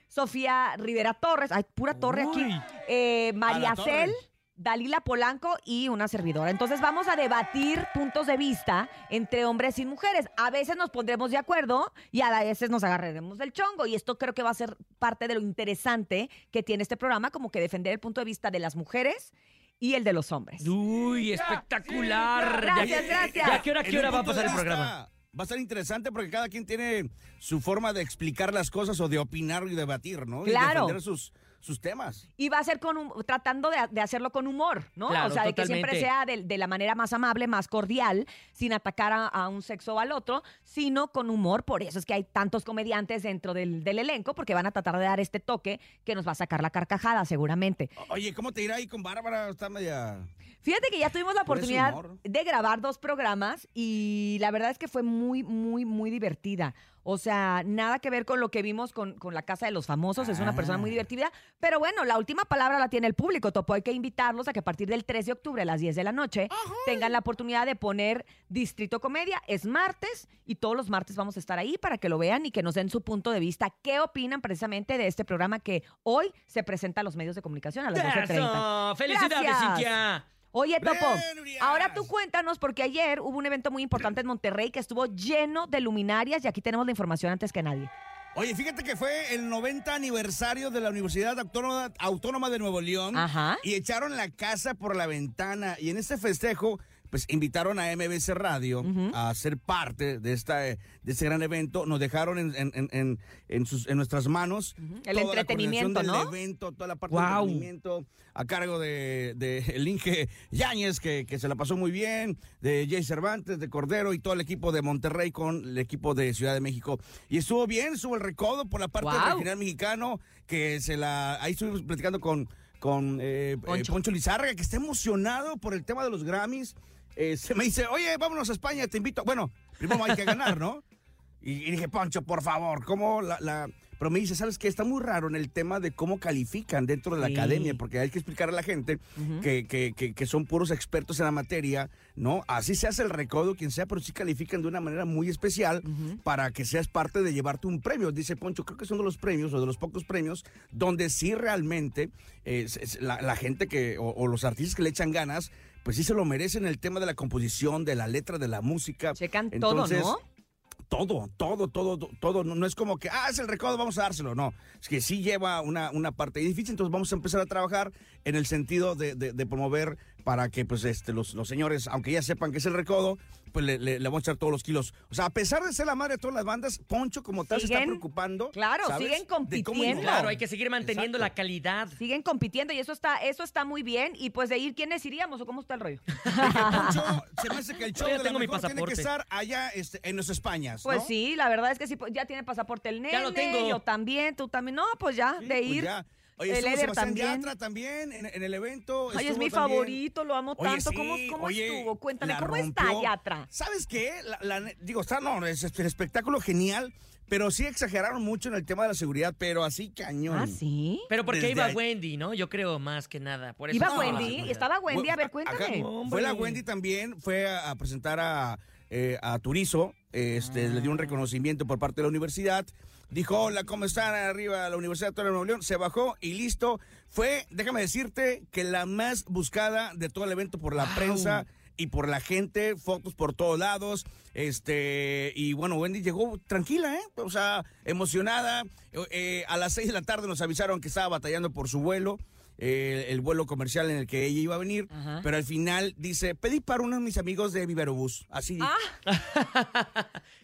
D: Sofía Rivera Torres, ay, pura torre aquí, eh, María
N: Torre.
D: Cel, Dalila Polanco y una servidora. Entonces vamos a debatir puntos de vista entre hombres y mujeres. A veces nos pondremos de acuerdo y a veces nos agarraremos del chongo. Y esto creo que va a ser parte de lo interesante que tiene este programa, como que defender el punto de vista de las mujeres y el de los hombres.
E: Uy, espectacular.
D: Gracias,
E: Ya-
D: gracias.
E: ¿Ya qué hora, qué
G: En
E: hora
G: un
E: va a
G: punto
E: pasar el
G: de vista,
E: programa?
G: Va a estar interesante porque cada quien tiene su forma de explicar las cosas o de opinar y debatir, ¿no? Y
D: Claro.
G: defender sus, sus temas.
D: Y va a ser con hum- tratando de, de hacerlo con humor, ¿no?
G: Claro,
D: o sea, de que
G: totalmente.
D: siempre sea de, de la manera más amable, más cordial, sin atacar a, a un sexo o al otro, sino con humor. Por eso es que hay tantos comediantes dentro del, del elenco, porque van a tratar de dar este toque que nos va a sacar la carcajada, seguramente.
G: Oye, ¿cómo te irá ahí con Bárbara? Está media...
D: Fíjate que ya tuvimos la
G: Por ese
D: oportunidad
G: humor.
D: de grabar dos programas y la verdad es que fue muy, muy, muy divertida. O sea, nada que ver con lo que vimos con, con La Casa de los Famosos. Es una persona muy divertida. Pero bueno, la última palabra la tiene el público, Topo. Hay que invitarlos a que a partir del 3 de octubre a las 10 de la noche tengan la oportunidad de poner Distrito Comedia. Es martes y todos los martes vamos a estar ahí para que lo vean y que nos den su punto de vista. ¿Qué opinan precisamente de este programa que hoy se presenta a los medios de comunicación a las 12.30?
E: Eso, felicidades,
D: Gracias.
E: Cintia.
D: Oye, Topo, ahora tú cuéntanos, porque ayer hubo un evento muy importante en Monterrey que estuvo lleno de luminarias y aquí tenemos la información antes que nadie.
G: Oye, fíjate que fue el 90 aniversario de la Universidad Autónoma, Autónoma de Nuevo León
D: Ajá.
G: y echaron la casa por la ventana y en este festejo pues invitaron a MBC Radio a ser parte de esta eh, de este gran evento. Nos dejaron en, en- en- en- en sus, en nuestras manos
D: El
G: toda la
D: entretenimiento,
G: coordinación del
D: ¿no?
G: evento, toda la parte del
D: Guau.
G: entretenimiento a cargo de, de el Inge Yáñez, que, que se la pasó muy bien, de Jay Cervantes, de Cordero y todo el equipo de Monterrey con el equipo de Ciudad de México. Y estuvo bien, estuvo el recodo por la parte
D: Guau.
G: del regional mexicano, que se la... Ahí estuvimos platicando con, con eh, eh, Poncho. Lizárraga, que está emocionado por el tema de los Grammys. Eh, se me dice, oye, vámonos a España, te invito. Bueno, primero hay que ganar, ¿no? Y, y dije, Poncho, por favor, ¿cómo la, la...? Pero me dice, ¿sabes qué? Está muy raro en el tema de cómo califican dentro de la
L: Sí.
G: academia, porque hay que explicar a la gente que, que- que- que son puros expertos en la materia, ¿no? Así se hace el recodo, quien sea, pero sí califican de una manera muy especial para que seas parte de llevarte un premio. Dice Poncho, creo que son de los premios o de los pocos premios donde sí realmente eh, es- es la, la gente que, o, o los artistas que le echan ganas, pues sí se lo merecen el tema de la composición, de la letra, de la música. Checan
D: todo, ¿no?
G: todo, todo, todo, to- todo. No, no es como que, ah, es el recodo, vamos a dárselo. No, es que sí lleva una, una parte difícil. Entonces vamos a empezar a trabajar en el sentido de, de- de promover para que pues este, los, los señores, aunque ya sepan que es el recodo, pues le, le- le vamos a echar todos los kilos. O sea, a pesar de ser la madre de todas las bandas, Poncho como tal se está
D: Siguen-
G: preocupando.
D: claro,
G: ¿sabes?
D: siguen
G: de cómo
D: compitiendo.
G: innovar.
D: Claro, hay
E: Hay que seguir manteniendo la calidad.
D: Siguen compitiendo y eso está, eso está muy bien. Y pues de ir, ¿quiénes iríamos o cómo está el rollo?
G: Se me hace que el show de
E: Yo ya
G: la
E: tengo mi
G: mejor tiene que
E: pasaporte.
G: estar allá este, en los Españas.
D: Pues
G: ¿no?
D: sí, la verdad es que sí, pues, ya tiene pasaporte el nene,
G: Ya lo tengo.
D: yo también, tú también. No, pues ya, de
G: Pues
D: ir.
G: ya. Oye,
D: el
G: estuvo
D: Eder
G: Sebastián
D: también.
G: Yatra también en, en el evento.
D: Ay, es
G: estuvo
D: mi
G: también.
D: favorito, lo amo
G: Oye,
D: tanto.
G: sí,
D: ¿Cómo, cómo
G: oye,
D: estuvo? Cuéntame,
G: la
D: ¿cómo está
G: rompió.
D: Yatra?
G: ¿Sabes qué? La- la ne- digo, está, no, es, es el espectáculo genial, pero sí exageraron mucho en el tema de la seguridad, pero así cañón.
D: ¿Ah, sí?
E: Pero porque
G: Desde
E: iba
G: ahí-
E: Wendy, ¿no? Yo creo más que nada. Por eso
D: Iba
E: no,
D: Wendy,
E: no,
D: estaba Wendy, a ver,
G: Acá
D: cuéntame.
G: fue la Wendy también, fue a, a presentar a, eh, a Turizo, este, le
D: Ah.
G: dio un reconocimiento por parte de la universidad. Dijo, hola, ¿cómo están? Arriba la Universidad Autónoma de Nuevo León. Se bajó y listo. Fue, déjame decirte, que la más buscada de todo el evento por la prensa y por la gente, fotos por todos lados. Este, y bueno, Wendy llegó tranquila, ¿eh? O sea, emocionada. Eh, eh, a las seis de la tarde nos avisaron que estaba batallando por su vuelo, eh, el vuelo comercial en el que ella iba a venir.
E: Ajá.
G: Pero al final dice: pedí para uno de mis amigos de Viverobús. Así.
D: Ah,
E: Qué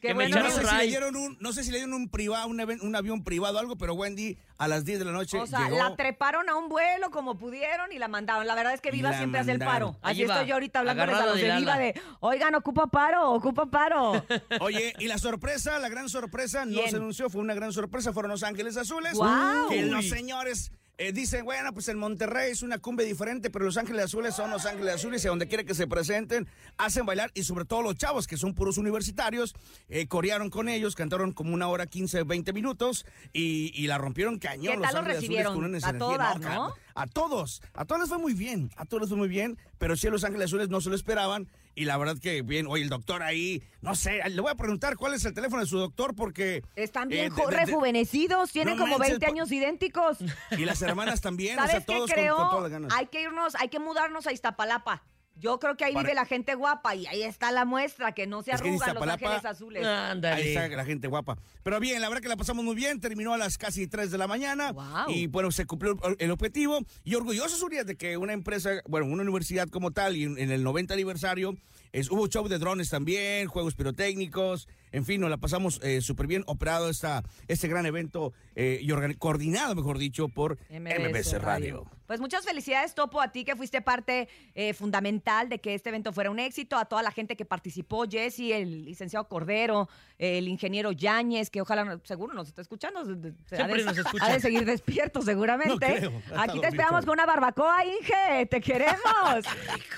G: Que me-
E: bueno.
G: no, sé si
E: Ray.
G: le dieron un, no sé si le dieron un, privado, un, aven- un avión privado o algo, pero Wendy a las 10 de la noche.
D: O sea,
G: llegó.
D: la treparon a un vuelo como pudieron y la mandaron. La verdad es que Viva
G: La
D: siempre hace el
G: mandaron.
D: paro. Así
G: Ahí va,
D: estoy yo ahorita hablándoles a
G: agarrado
D: los de
G: del
D: Viva
G: ala.
D: de, oigan, ocupa paro, ocupa paro.
G: Oye, y la sorpresa, la gran sorpresa, no
D: ¿Quién?
G: se anunció, fue una gran sorpresa, fueron Los Ángeles Azules.
D: ¡Guau!
G: Que
D: Uy.
G: los señores eh, dicen, bueno, pues en Monterrey es una cumbia diferente, pero Los Ángeles Azules son Los Ángeles Azules y a donde quiera que se presenten, hacen bailar y sobre todo los chavos que son puros universitarios, eh, corearon con ellos, cantaron como una hora, 15, 20 minutos y, y la rompieron cañón.
D: ¿Qué tal los
G: Ángeles Azules
D: recibieron?
G: con una
D: A
G: energía,
D: todas,
G: ca-
D: ¿no?
G: A todos, a todos les fue muy bien, a todos les fue muy bien, pero sí a Los Ángeles Azules no se lo esperaban y la verdad que bien, oye, el doctor ahí, no sé, le voy a preguntar cuál es el teléfono de su doctor porque...
D: Están
G: eh,
D: bien
G: de-
D: jo-
G: de- de-
D: rejuvenecidos, tienen
G: No
D: como
G: manches,
D: 20
G: po-
D: años idénticos.
G: Y las hermanas también, o
D: ¿Sabes
G: sea,
D: qué
G: todos con-
D: creo?
G: con, todas las ganas.
D: Hay que irnos, hay que mudarnos a Iztapalapa. Yo creo que ahí
G: Para-
D: vive la gente guapa y ahí está la muestra, que no se
G: Es que en
D: arrugan los
G: Iztapalapa- Ah,
D: ángeles azules.
G: Ahí está la gente guapa. Pero bien, la verdad que la pasamos muy bien. Terminó a las casi 3 de la mañana. Y bueno, se cumplió el- el objetivo. Y orgullosos, Urias, de que una empresa, bueno, una universidad como tal, y en en el 90 aniversario, es, hubo show de drones también, juegos pirotécnicos. En fin, nos la pasamos eh, súper bien operado esta, este gran evento eh, y organi- coordinado, mejor dicho, por
D: MBS
G: MBS, Radio.
D: Pues muchas felicidades, Topo, a ti que fuiste parte eh, fundamental de que este evento fuera un éxito, a toda la gente que participó, Jesse, el licenciado Cordero, el ingeniero Yáñez, que ojalá, no- seguro nos está escuchando. de- de- ha
E: Siempre
D: de-
E: nos escucha.
D: Ha de seguir despierto, seguramente.
E: No creo, hasta
D: Aquí te
E: dormir,
D: esperamos
E: pobre.
D: con una barbacoa, Inge, te queremos.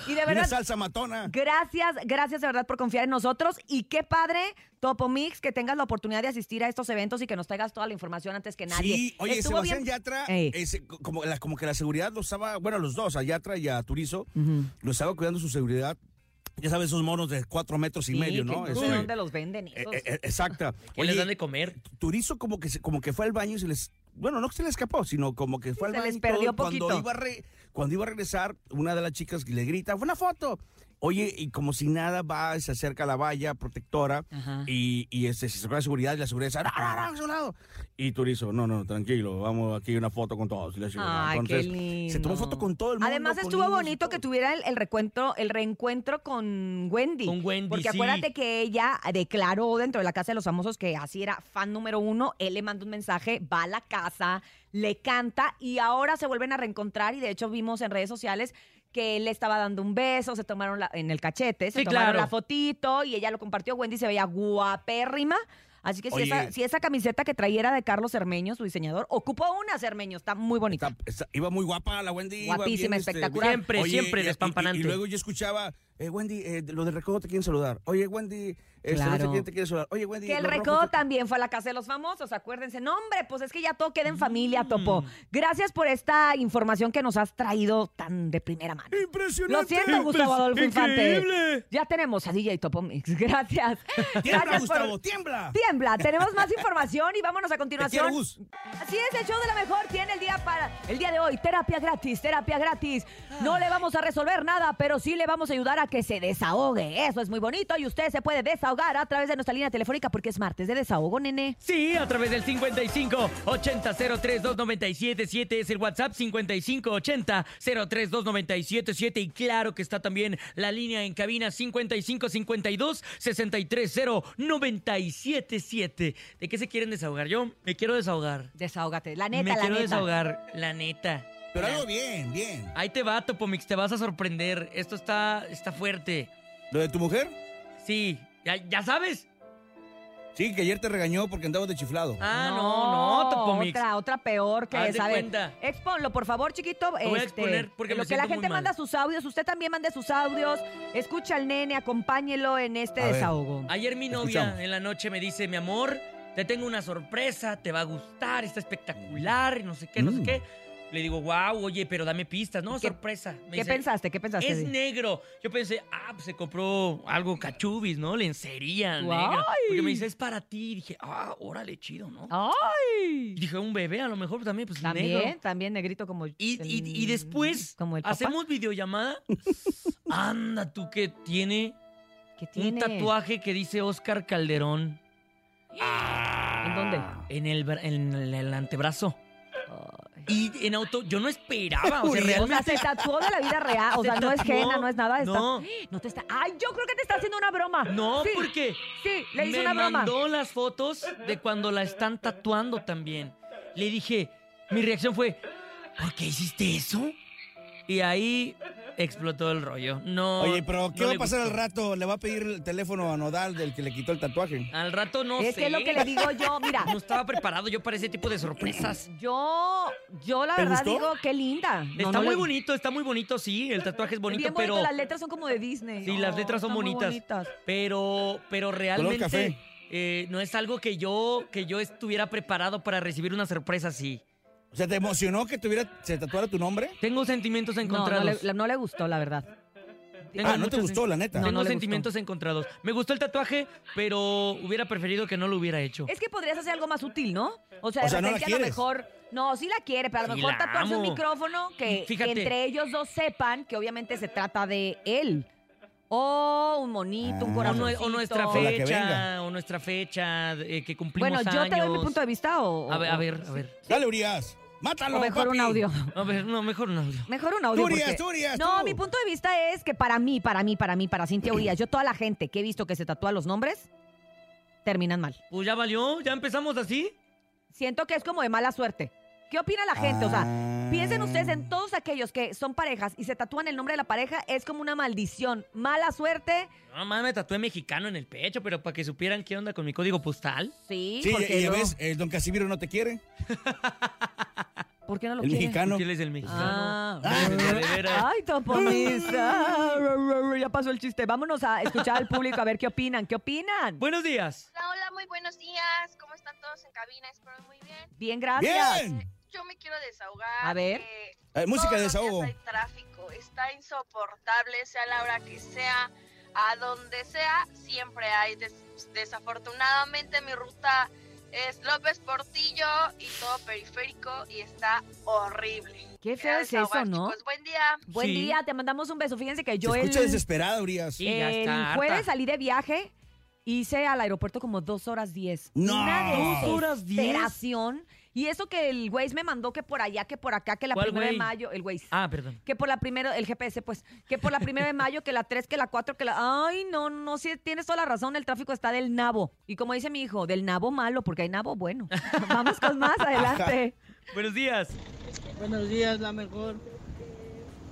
D: y de
G: Una
D: verdad,
G: salsa matona.
D: Gracias, gracias de verdad por confiar en nosotros y qué padre, Topo Mix, que tengas la oportunidad de asistir a estos eventos y que nos traigas toda la información antes que nadie.
G: Sí, oye,
D: Estuvo
G: Sebastián
D: bien-
G: Yatra,
D: Ey.
G: eh, se- como, la, como que la seguridad lo estaba, bueno, a los dos, a Yatra y a Turizo, lo estaba cuidando su seguridad. Ya sabes, esos monos de cuatro metros y
D: Sí,
G: medio,
D: que
G: ¿no?
D: No sé
G: Este,
D: dónde los venden
G: eh,
D: esos.
G: eh, eh, exacta.
E: ¿Qué les
G: Oye,
E: dan de comer?
G: Turizo como que, se- como que fue al baño y se les... Bueno, no que se le escapó, sino como que fue al
D: se
G: baño.
D: les
G: y todo,
D: perdió
G: y cuando
D: poquito.
G: Iba a re- cuando iba a regresar, una de las chicas le grita, ¡fue una foto! Oye, y como si nada, va, y se acerca a la valla protectora y, y este, se acerca la seguridad y la seguridad dice, "No, no, no, es un lado". Y Turizo, no, no, tranquilo, vamos aquí una foto con todos. Le digo,
D: Ay,
G: entonces,
D: qué lindo.
G: se tomó foto con todo el mundo.
D: Además
G: con
D: estuvo
G: niños.
D: bonito que tuviera el, el recuentro, el reencuentro con Wendy. Con Wendy. Porque
E: sí.
D: acuérdate que ella declaró dentro de la casa de los famosos que así era fan número uno. Él le manda un mensaje, va a la casa, le canta y ahora se vuelven a reencontrar y de hecho vimos en redes sociales que él le estaba dando un beso, se tomaron la- en el cachete, se
E: Sí,
D: tomaron
E: claro.
D: la fotito y ella lo compartió. Wendy se veía guapérrima. Así que si
G: Oye.
D: esa, si esa camiseta que traía era de Carlos Cermeño, su diseñador, ocupó una Cermeño, está muy bonita.
G: Está- iba muy guapa la Wendy. iba
D: Guapísima,
G: bien, este,
D: espectacular.
G: bien.
D: Siempre, siempre
G: y- y-
D: despampanante.
G: Y, y luego yo escuchaba, eh, Wendy, eh, los del recodo te quieren saludar. Oye, Wendy, este, no sé
D: Claro.
G: quién te quiere saludar. Oye, Wendy.
D: Que el
G: los rojos
D: recodo
G: te-
D: también fue a la casa de los famosos, acuérdense. No, hombre, pues es que ya todo queda en
G: Mm.
D: familia, Topo. Gracias por esta información que nos has traído tan de primera mano. Lo
G: Impresionante.
D: siento, Gustavo Adolfo Infante.
G: pues, Increíble.
D: Ya tenemos a DJ Topo Mix. Gracias.
G: Tiembla,
D: Gracias por-
G: Gustavo, tiembla.
D: Tiembla. Tenemos más información y vámonos a continuación.
G: quiero, Gus.
D: Así es, el show de la mejor tiene el día para el día de hoy. Terapia gratis, terapia gratis. No le vamos a resolver nada, pero sí le vamos a ayudar a que se desahogue. Eso es muy bonito y usted se puede desahogar a través de nuestra línea telefónica porque es martes de desahogo, nene.
E: Sí, a través del 55 80 03 7 es el WhatsApp 55 80 03 7 y claro que está también la línea en cabina 55 52 63 0 97 7. ¿De qué se quieren desahogar? Yo me quiero desahogar.
D: Desahógate, la neta,
E: me
D: la
E: quiero
D: neta.
E: desahogar, la neta.
G: Pero algo bien, bien.
E: Ahí te va, Topomix, te vas a sorprender. Esto está, está fuerte.
G: ¿Lo de tu mujer?
E: Sí, ya, ya sabes.
G: Sí, que ayer te regañó porque andabas de chiflado.
E: Ah, no, no, Topomix.
D: Otra, otra peor que
E: Haz de
D: esa. A ver,
E: cuenta.
D: Exponlo, por favor, chiquito.
E: Lo voy a exponer porque
D: en lo
E: me
D: que la
E: siento muy
D: gente
E: mal.
D: manda sus audios, usted también mande sus audios. Escucha al nene, acompáñelo en este
E: A ver.
D: desahogo.
E: Ayer mi novia
D: Escuchamos.
E: en la noche me dice, mi amor, te tengo una sorpresa, te va a gustar, está espectacular, y no sé qué, no sé qué. Le digo, wow, oye, pero dame pistas, ¿no?
D: ¿Qué-
E: Sorpresa. Me
D: ¿Qué
E: dice,
D: pensaste? ¿Qué pensaste?
E: Es negro. Yo pensé, ah, pues se compró algo cachubis, ¿no? Lencería negra.
D: Guay.
E: Porque me dice, es para ti. Y dije, ah, órale, chido, ¿no?
D: ¡Ay!
E: Y dije, un bebé, a lo mejor también, pues
D: También,
E: negro.
D: también negrito como y,
E: Y después,
D: papá.
E: hacemos videollamada. Anda, tú que tiene,
D: tiene?
E: un tatuaje que dice Oscar Calderón.
D: ¿En dónde?
E: En el, bra- en el- el antebrazo. Y en auto, yo no esperaba. O sea,
D: O sea,
E: realmente.
D: se tatuó de la vida real. O
E: Se
D: sea, no es
E: tatuó.
D: gena, no es nada. Está...
E: No.
D: No te está. Ay, yo creo que te está haciendo una broma.
E: No,
D: Sí,
E: porque
D: Sí, le hizo
E: me
D: una broma.
E: mandó las fotos de cuando la están tatuando también. Le dije, mi reacción fue, ¿por qué hiciste eso? Y ahí explotó el rollo. No.
G: Oye, pero ¿qué
E: no
G: va a
E: le
G: pasar al
E: gustó.
G: rato? ¿Le va a pedir el teléfono a Nodal del que le quitó el tatuaje?
E: Al rato no
D: Es
E: sé.
D: que es lo que le digo yo, mira.
E: No estaba preparado yo para ese tipo de sorpresas.
D: Yo, yo la
E: ¿Te
D: verdad
E: gustó?
D: digo, qué linda. No,
E: está
D: no
E: muy
D: le-
E: bonito, está muy bonito, sí. El tatuaje es bonito,
D: Bien
E: pero.
D: bonito, las letras son como de Disney.
E: Sí, las
D: Oh,
E: letras son
D: están muy
E: bonitas, Pero, pero realmente
G: café.
E: eh, no es algo que yo, que yo estuviera preparado para recibir una sorpresa así.
G: O sea, ¿te emocionó que tuviera, se tatuara tu nombre?
E: Tengo sentimientos
D: No, no
E: encontrados.
D: le, no le gustó, la verdad.
E: Tengo
G: Ah, ¿no te
E: muchos
G: gustó,
E: sen-
G: la neta?
D: No,
E: Tengo
D: no le gustó.
E: sentimientos encontrados. Me gustó el tatuaje, pero hubiera preferido que no lo hubiera hecho.
D: Es que podrías hacer algo más sutil, ¿no? O sea,
E: O
D: de
E: sea, ¿no la
D: repente a lo
E: quieres?
D: mejor. No, sí la quiere, pero a lo
E: Sí,
D: mejor
E: la
D: tatuarse un
E: amo.
D: micrófono que, que
E: Fíjate.
D: entre ellos dos sepan que obviamente se trata de él. O un monito, un
E: o,
D: corazón.
E: nue- o nuestra
G: O la que
E: fecha,
G: venga.
E: o nuestra fecha eh, que cumplimos
D: Bueno, yo te doy mi
E: años.
D: punto de vista o.
E: A ver, a
D: o-
E: ver, a ver.
G: Dale, Urias. Mátalo.
D: O mejor un audio.
E: A ver, no, mejor un audio.
D: Mejor un audio.
E: Tú, Urias,
D: porque-
E: tú, Urias,
D: No,
E: tú.
D: mi punto de vista es que para mí, para mí, para mí, para Cintia Urias, yo toda la gente que he visto que se tatúa los nombres, terminan mal.
E: Pues ya valió, ya empezamos así.
D: Siento que es como de mala suerte. ¿Qué opina la gente? O sea, piensen
G: Mm.
D: ustedes en todos aquellos que son parejas y se tatúan el nombre de la pareja, es como una maldición. Mala suerte.
E: No, más me tatué mexicano en el pecho, pero para que supieran qué onda con mi código postal.
D: Sí,
G: Sí,
D: porque
G: y ya
D: luego-
G: ves, el don Casimiro no te quiere.
D: ¿Por qué no lo
G: El
D: quiere?
G: mexicano. pues,
E: ¿Quién es el
D: Ah.
E: mexicano? De veras.
D: Ay, toponista. ya pasó el chiste. Vámonos a escuchar al público a ver qué opinan. ¿Qué opinan?
E: Buenos días.
O: Hola, hola, muy buenos días. ¿Cómo están todos en cabina? Espero muy bien.
D: Bien, gracias.
G: Bien.
O: Yo me quiero desahogar.
D: A ver.
O: eh,
G: Eh, música de
O: todos los días
G: desahogo.
O: Hay tráfico, está insoportable, sea la hora que sea, a donde sea, siempre hay. Des- desafortunadamente mi ruta es López Portillo y todo periférico y está horrible. Me
D: Qué
O: voy a
D: feo es eso,
O: desahogar,
D: ¿no?
O: chicos. Buen día.
D: Buen
G: Sí.
D: día, te mandamos un beso. Fíjense que yo
G: se escucha
D: el,
G: desesperada, Urias.
D: el jueves salí de viaje, hice al aeropuerto como dos horas diez.
G: No.
D: Una
G: ¿Dos
E: horas diez?
D: desesperación. Y eso que el güey me mandó que por allá, que por acá, que la
E: ¿Cuál
D: primera de
E: güey?
D: mayo, el güey.
E: Ah, perdón.
D: Que por la primera, el GPS, pues, que por la primera de mayo, que la tres, que la cuatro, que la. Ay, no, no, sí, tienes toda la razón, el tráfico está del nabo. Y como dice mi hijo, del nabo malo, porque hay nabo bueno. Vamos con más, adelante.
E: Buenos días.
P: Buenos días, la mejor.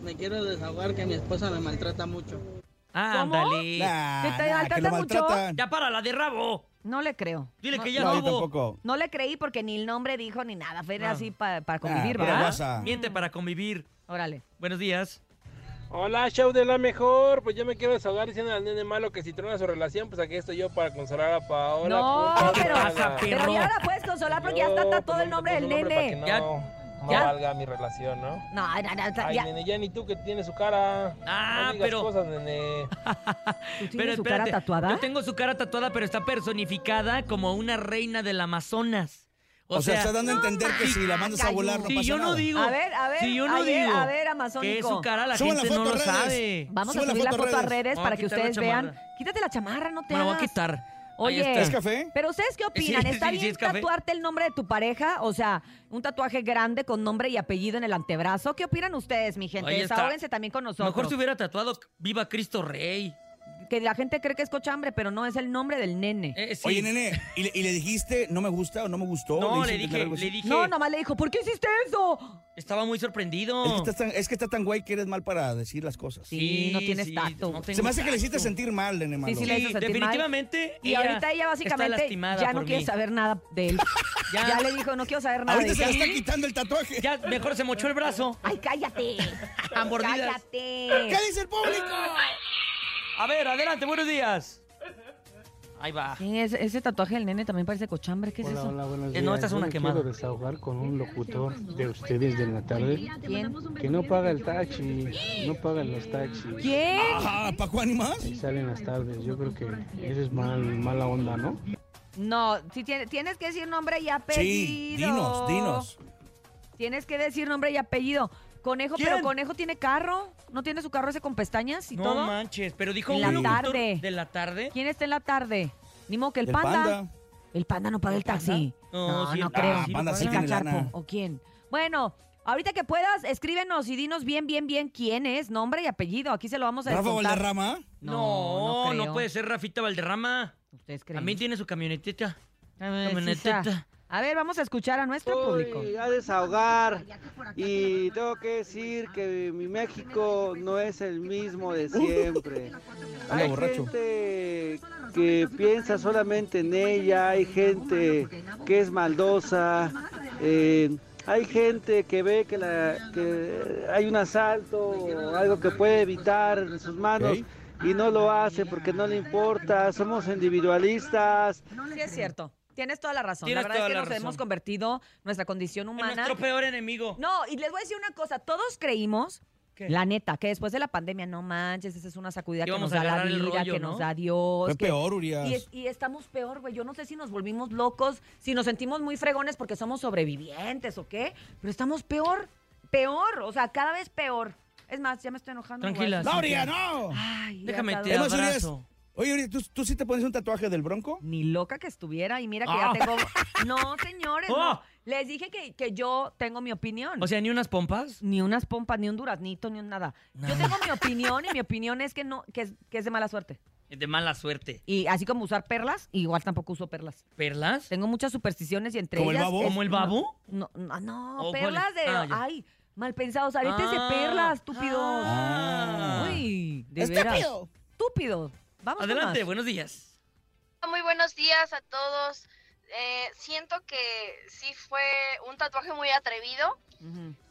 P: Me quiero desahogar que mi esposa me maltrata mucho.
E: Ah,
D: ¿Cómo?
E: ándale.
D: Nah, ¿Que te nah, que maltratan lo mucho? maltratan.
E: Ya para la de rabo.
D: No le creo.
E: Dile
D: No-
E: que ya no, hubo.
D: No le creí porque ni el nombre dijo ni nada. Fue
E: Ah.
D: así pa- para convivir,
E: Ah,
D: ¿verdad?
E: ¿verdad? Miente para convivir.
D: Órale.
E: Buenos días.
Q: Hola, show de la mejor. Pues yo me quiero desahogar diciendo al nene malo que si trona su relación, pues aquí estoy yo para consolar a Paola.
D: No,
Q: puta
D: pero-
Q: madre.
D: Pero ya la puedes consolar porque ya está tatuado el nombre del
Q: Pues, un hombre
D: nene.
Q: para que no, no
D: ya.
Q: valga mi relación, ¿no?
D: No, no, no, no,
Q: Ay,
D: ya.
Q: nene, ya ni tú que tienes su cara.
E: Ah,
Q: no digas
E: pero-
Q: cosas, nene.
E: Pero
D: su cara tatuada?
E: Yo tengo su cara tatuada, pero está personificada como una reina del Amazonas.
G: O sea, está dando a entender que si la mandas a volar no
E: Si
G: pasa
E: yo
G: nada.
E: no digo.
D: A ver, a ver,
E: Si yo no
D: a ver,
E: digo
D: a ver, amazónico.
E: Que es su cara, la
G: Suban la
E: gente no
G: foto
E: lo
G: a redes.
E: sabe.
D: Vamos
G: Sube
D: a
G: la
D: subir la
G: foto a
D: foto a
G: redes.
D: redes
E: Me
D: para
E: voy a
D: que
E: quitar la
D: ustedes vean.
E: chamarra.
D: Quítate la chamarra, no te
E: Me la voy a
D: hagas.
E: quitar. Ahí
D: Oye,
E: está.
D: ¿pero ustedes qué opinan?
E: Sí,
D: ¿Está
E: sí, sí,
D: bien
E: es café.
D: tatuarte el nombre de tu pareja? O sea, un tatuaje grande con nombre y apellido en el antebrazo. ¿Qué opinan ustedes, mi gente?
E: Ahí está.
D: Desahóguense también con nosotros.
E: Mejor se hubiera tatuado Viva Cristo Rey.
D: Que la gente cree que es cochambre, pero no es el nombre del nene.
E: Eh,
G: Oye, nene, ¿y le, y le dijiste no me gusta o no me gustó?
E: No,
G: hiciste
E: le dije-
G: entender algo así?
E: le dije-
D: No, nomás le dijo, ¿por qué hiciste eso?
E: Estaba muy sorprendido.
G: Es que, estás tan, es que está tan guay que eres mal para decir las cosas.
D: Sí, no tienes tacto.
G: Se me hace que le hiciste sentir mal, nene malo.
D: Sí, sí, le hizo sentir mal.
E: definitivamente
D: Y
E: ella
D: ahorita ella
E: está
D: básicamente
E: lastimada
D: ya no
E: por
D: quiere
E: mí.
D: saber nada de él. ya.
E: Ya.
D: le dijo, no quiero saber nada
G: Ahorita se
D: de
G: le
D: ti.
G: está quitando el tatuaje.
E: Ya, mejor se mochó el brazo.
D: Ay, cállate.
E: A mordidas.
D: cállate.
G: ¿Qué dice el público?
E: A ver, adelante, buenos días. Ahí va.
D: ¿Quién es? Ese tatuaje del nene también parece cochambre. ¿Qué es
R: Hola,
D: eso?
R: hola, buenos
E: Eh,
R: días.
E: no, esta es
R: Yo
E: una
R: me
E: quemada.
R: quiero desahogar con un locutor de ustedes de la tarde
D: ¿Quién?
R: que no paga el taxi, no pagan los taxis.
D: ¿Quién?
G: Ah,
R: Ajá, ¿para cuándo más? Y salen las tardes, yo creo que eso es mal, mala onda, ¿no?
D: No, si tiene- tienes que decir nombre y apellido.
R: dinos, dinos.
D: Tienes que decir nombre y apellido. Conejo, pero Conejo tiene carro. ¿No tiene su carro ese con pestañas y
E: No
D: todo?
E: manches, pero dijo
D: En
E: un
D: la
E: locutor
D: tarde.
E: de la tarde.
D: ¿Quién está en la tarde? Ni modo que el
E: El
D: panda.
E: Panda.
D: El panda no paga el taxi.
E: No,
D: No, no,
E: sí, el-
D: creo.
E: ah, sí lo paga.
D: el
E: sí tiene
D: cacharpo.
E: lana.
D: ¿O quién? Bueno, ahorita que puedas, escríbenos y dinos bien, bien, bien quién es, nombre y apellido. Aquí se lo vamos a
E: ¿Rafa
D: descontar.
E: Valderrama? No,
D: No,
E: no,
D: no
E: puede ser Rafita Valderrama.
D: ¿Ustedes creen?
E: También tiene su camionetita.
D: Camionetita. A ver, vamos a escuchar a nuestro público.
S: Voy a desahogar y tengo que decir que mi México no es el mismo de siempre.
R: Anda
S: Hay
R: borracho.
S: gente que piensa solamente en ella, hay gente que es maldosa, eh, hay gente que ve que, la- que hay un asalto o algo que puede evitar en sus manos. Y no lo hace porque no le importa, somos individualistas.
D: Sí, es cierto. Tienes toda la razón.
S: Tienes
D: la verdad
S: toda
D: es que
S: la
D: nos
S: razón.
D: hemos convertido nuestra condición humana.
E: Nuestro peor enemigo.
D: No, y les voy a decir una cosa. Todos creímos,
E: ¿Qué?
D: la neta, que después de la pandemia, no manches, esa es una sacudida que
E: Íbamos
D: nos
E: a
D: da la
E: agarrar el
D: vida,
E: rollo,
D: que
E: ¿no?
D: nos da Dios.
E: Fue
D: Pues que-
E: peor, Urias.
D: Y, es- y estamos peor, güey. Yo no sé si nos volvimos locos, si nos sentimos muy fregones porque somos sobrevivientes o qué, pero estamos peor, peor, o sea, cada vez peor. Es más, ya me estoy enojando.
G: Tranquila,
D: güey.
G: No, Urias, no.
D: Ay,
G: Déjame
D: ya
G: te
D: está-
G: Es más, Urias, abrazo. Oye, Uri, ¿tú, tú sí te pones un tatuaje del Bronco?
D: Ni loca que estuviera y mira que ya tengo... No, señores,
G: Ah. Oh.
D: no. Les dije que, que yo tengo mi opinión.
E: O sea, ni unas pompas.
D: Ni unas pompas, ni un duraznito, ni un nada. Yo tengo mi opinión y mi opinión es que no, que es, que es de mala suerte.
E: De mala suerte.
D: Y así como usar perlas, igual tampoco uso perlas.
E: ¿Perlas?
D: Tengo muchas supersticiones y entre
E: ¿Como el
D: ellas.
E: babo?
D: es-
E: ¿Como el babo?
D: No, no, ah, no,
E: Oh,
D: perlas
E: ¿cuál es?
D: de.
E: Ah, ya.
D: ay, mal pensados. Aretes
E: Ah.
D: de perlas, estúpidos.
E: Ah.
D: Uy, de
E: Estúpido.
D: veras. Estúpido. Vamos con
E: Adelante,
D: más.
E: buenos días.
O: Muy buenos días a todos. Eh, siento que sí fue un tatuaje muy atrevido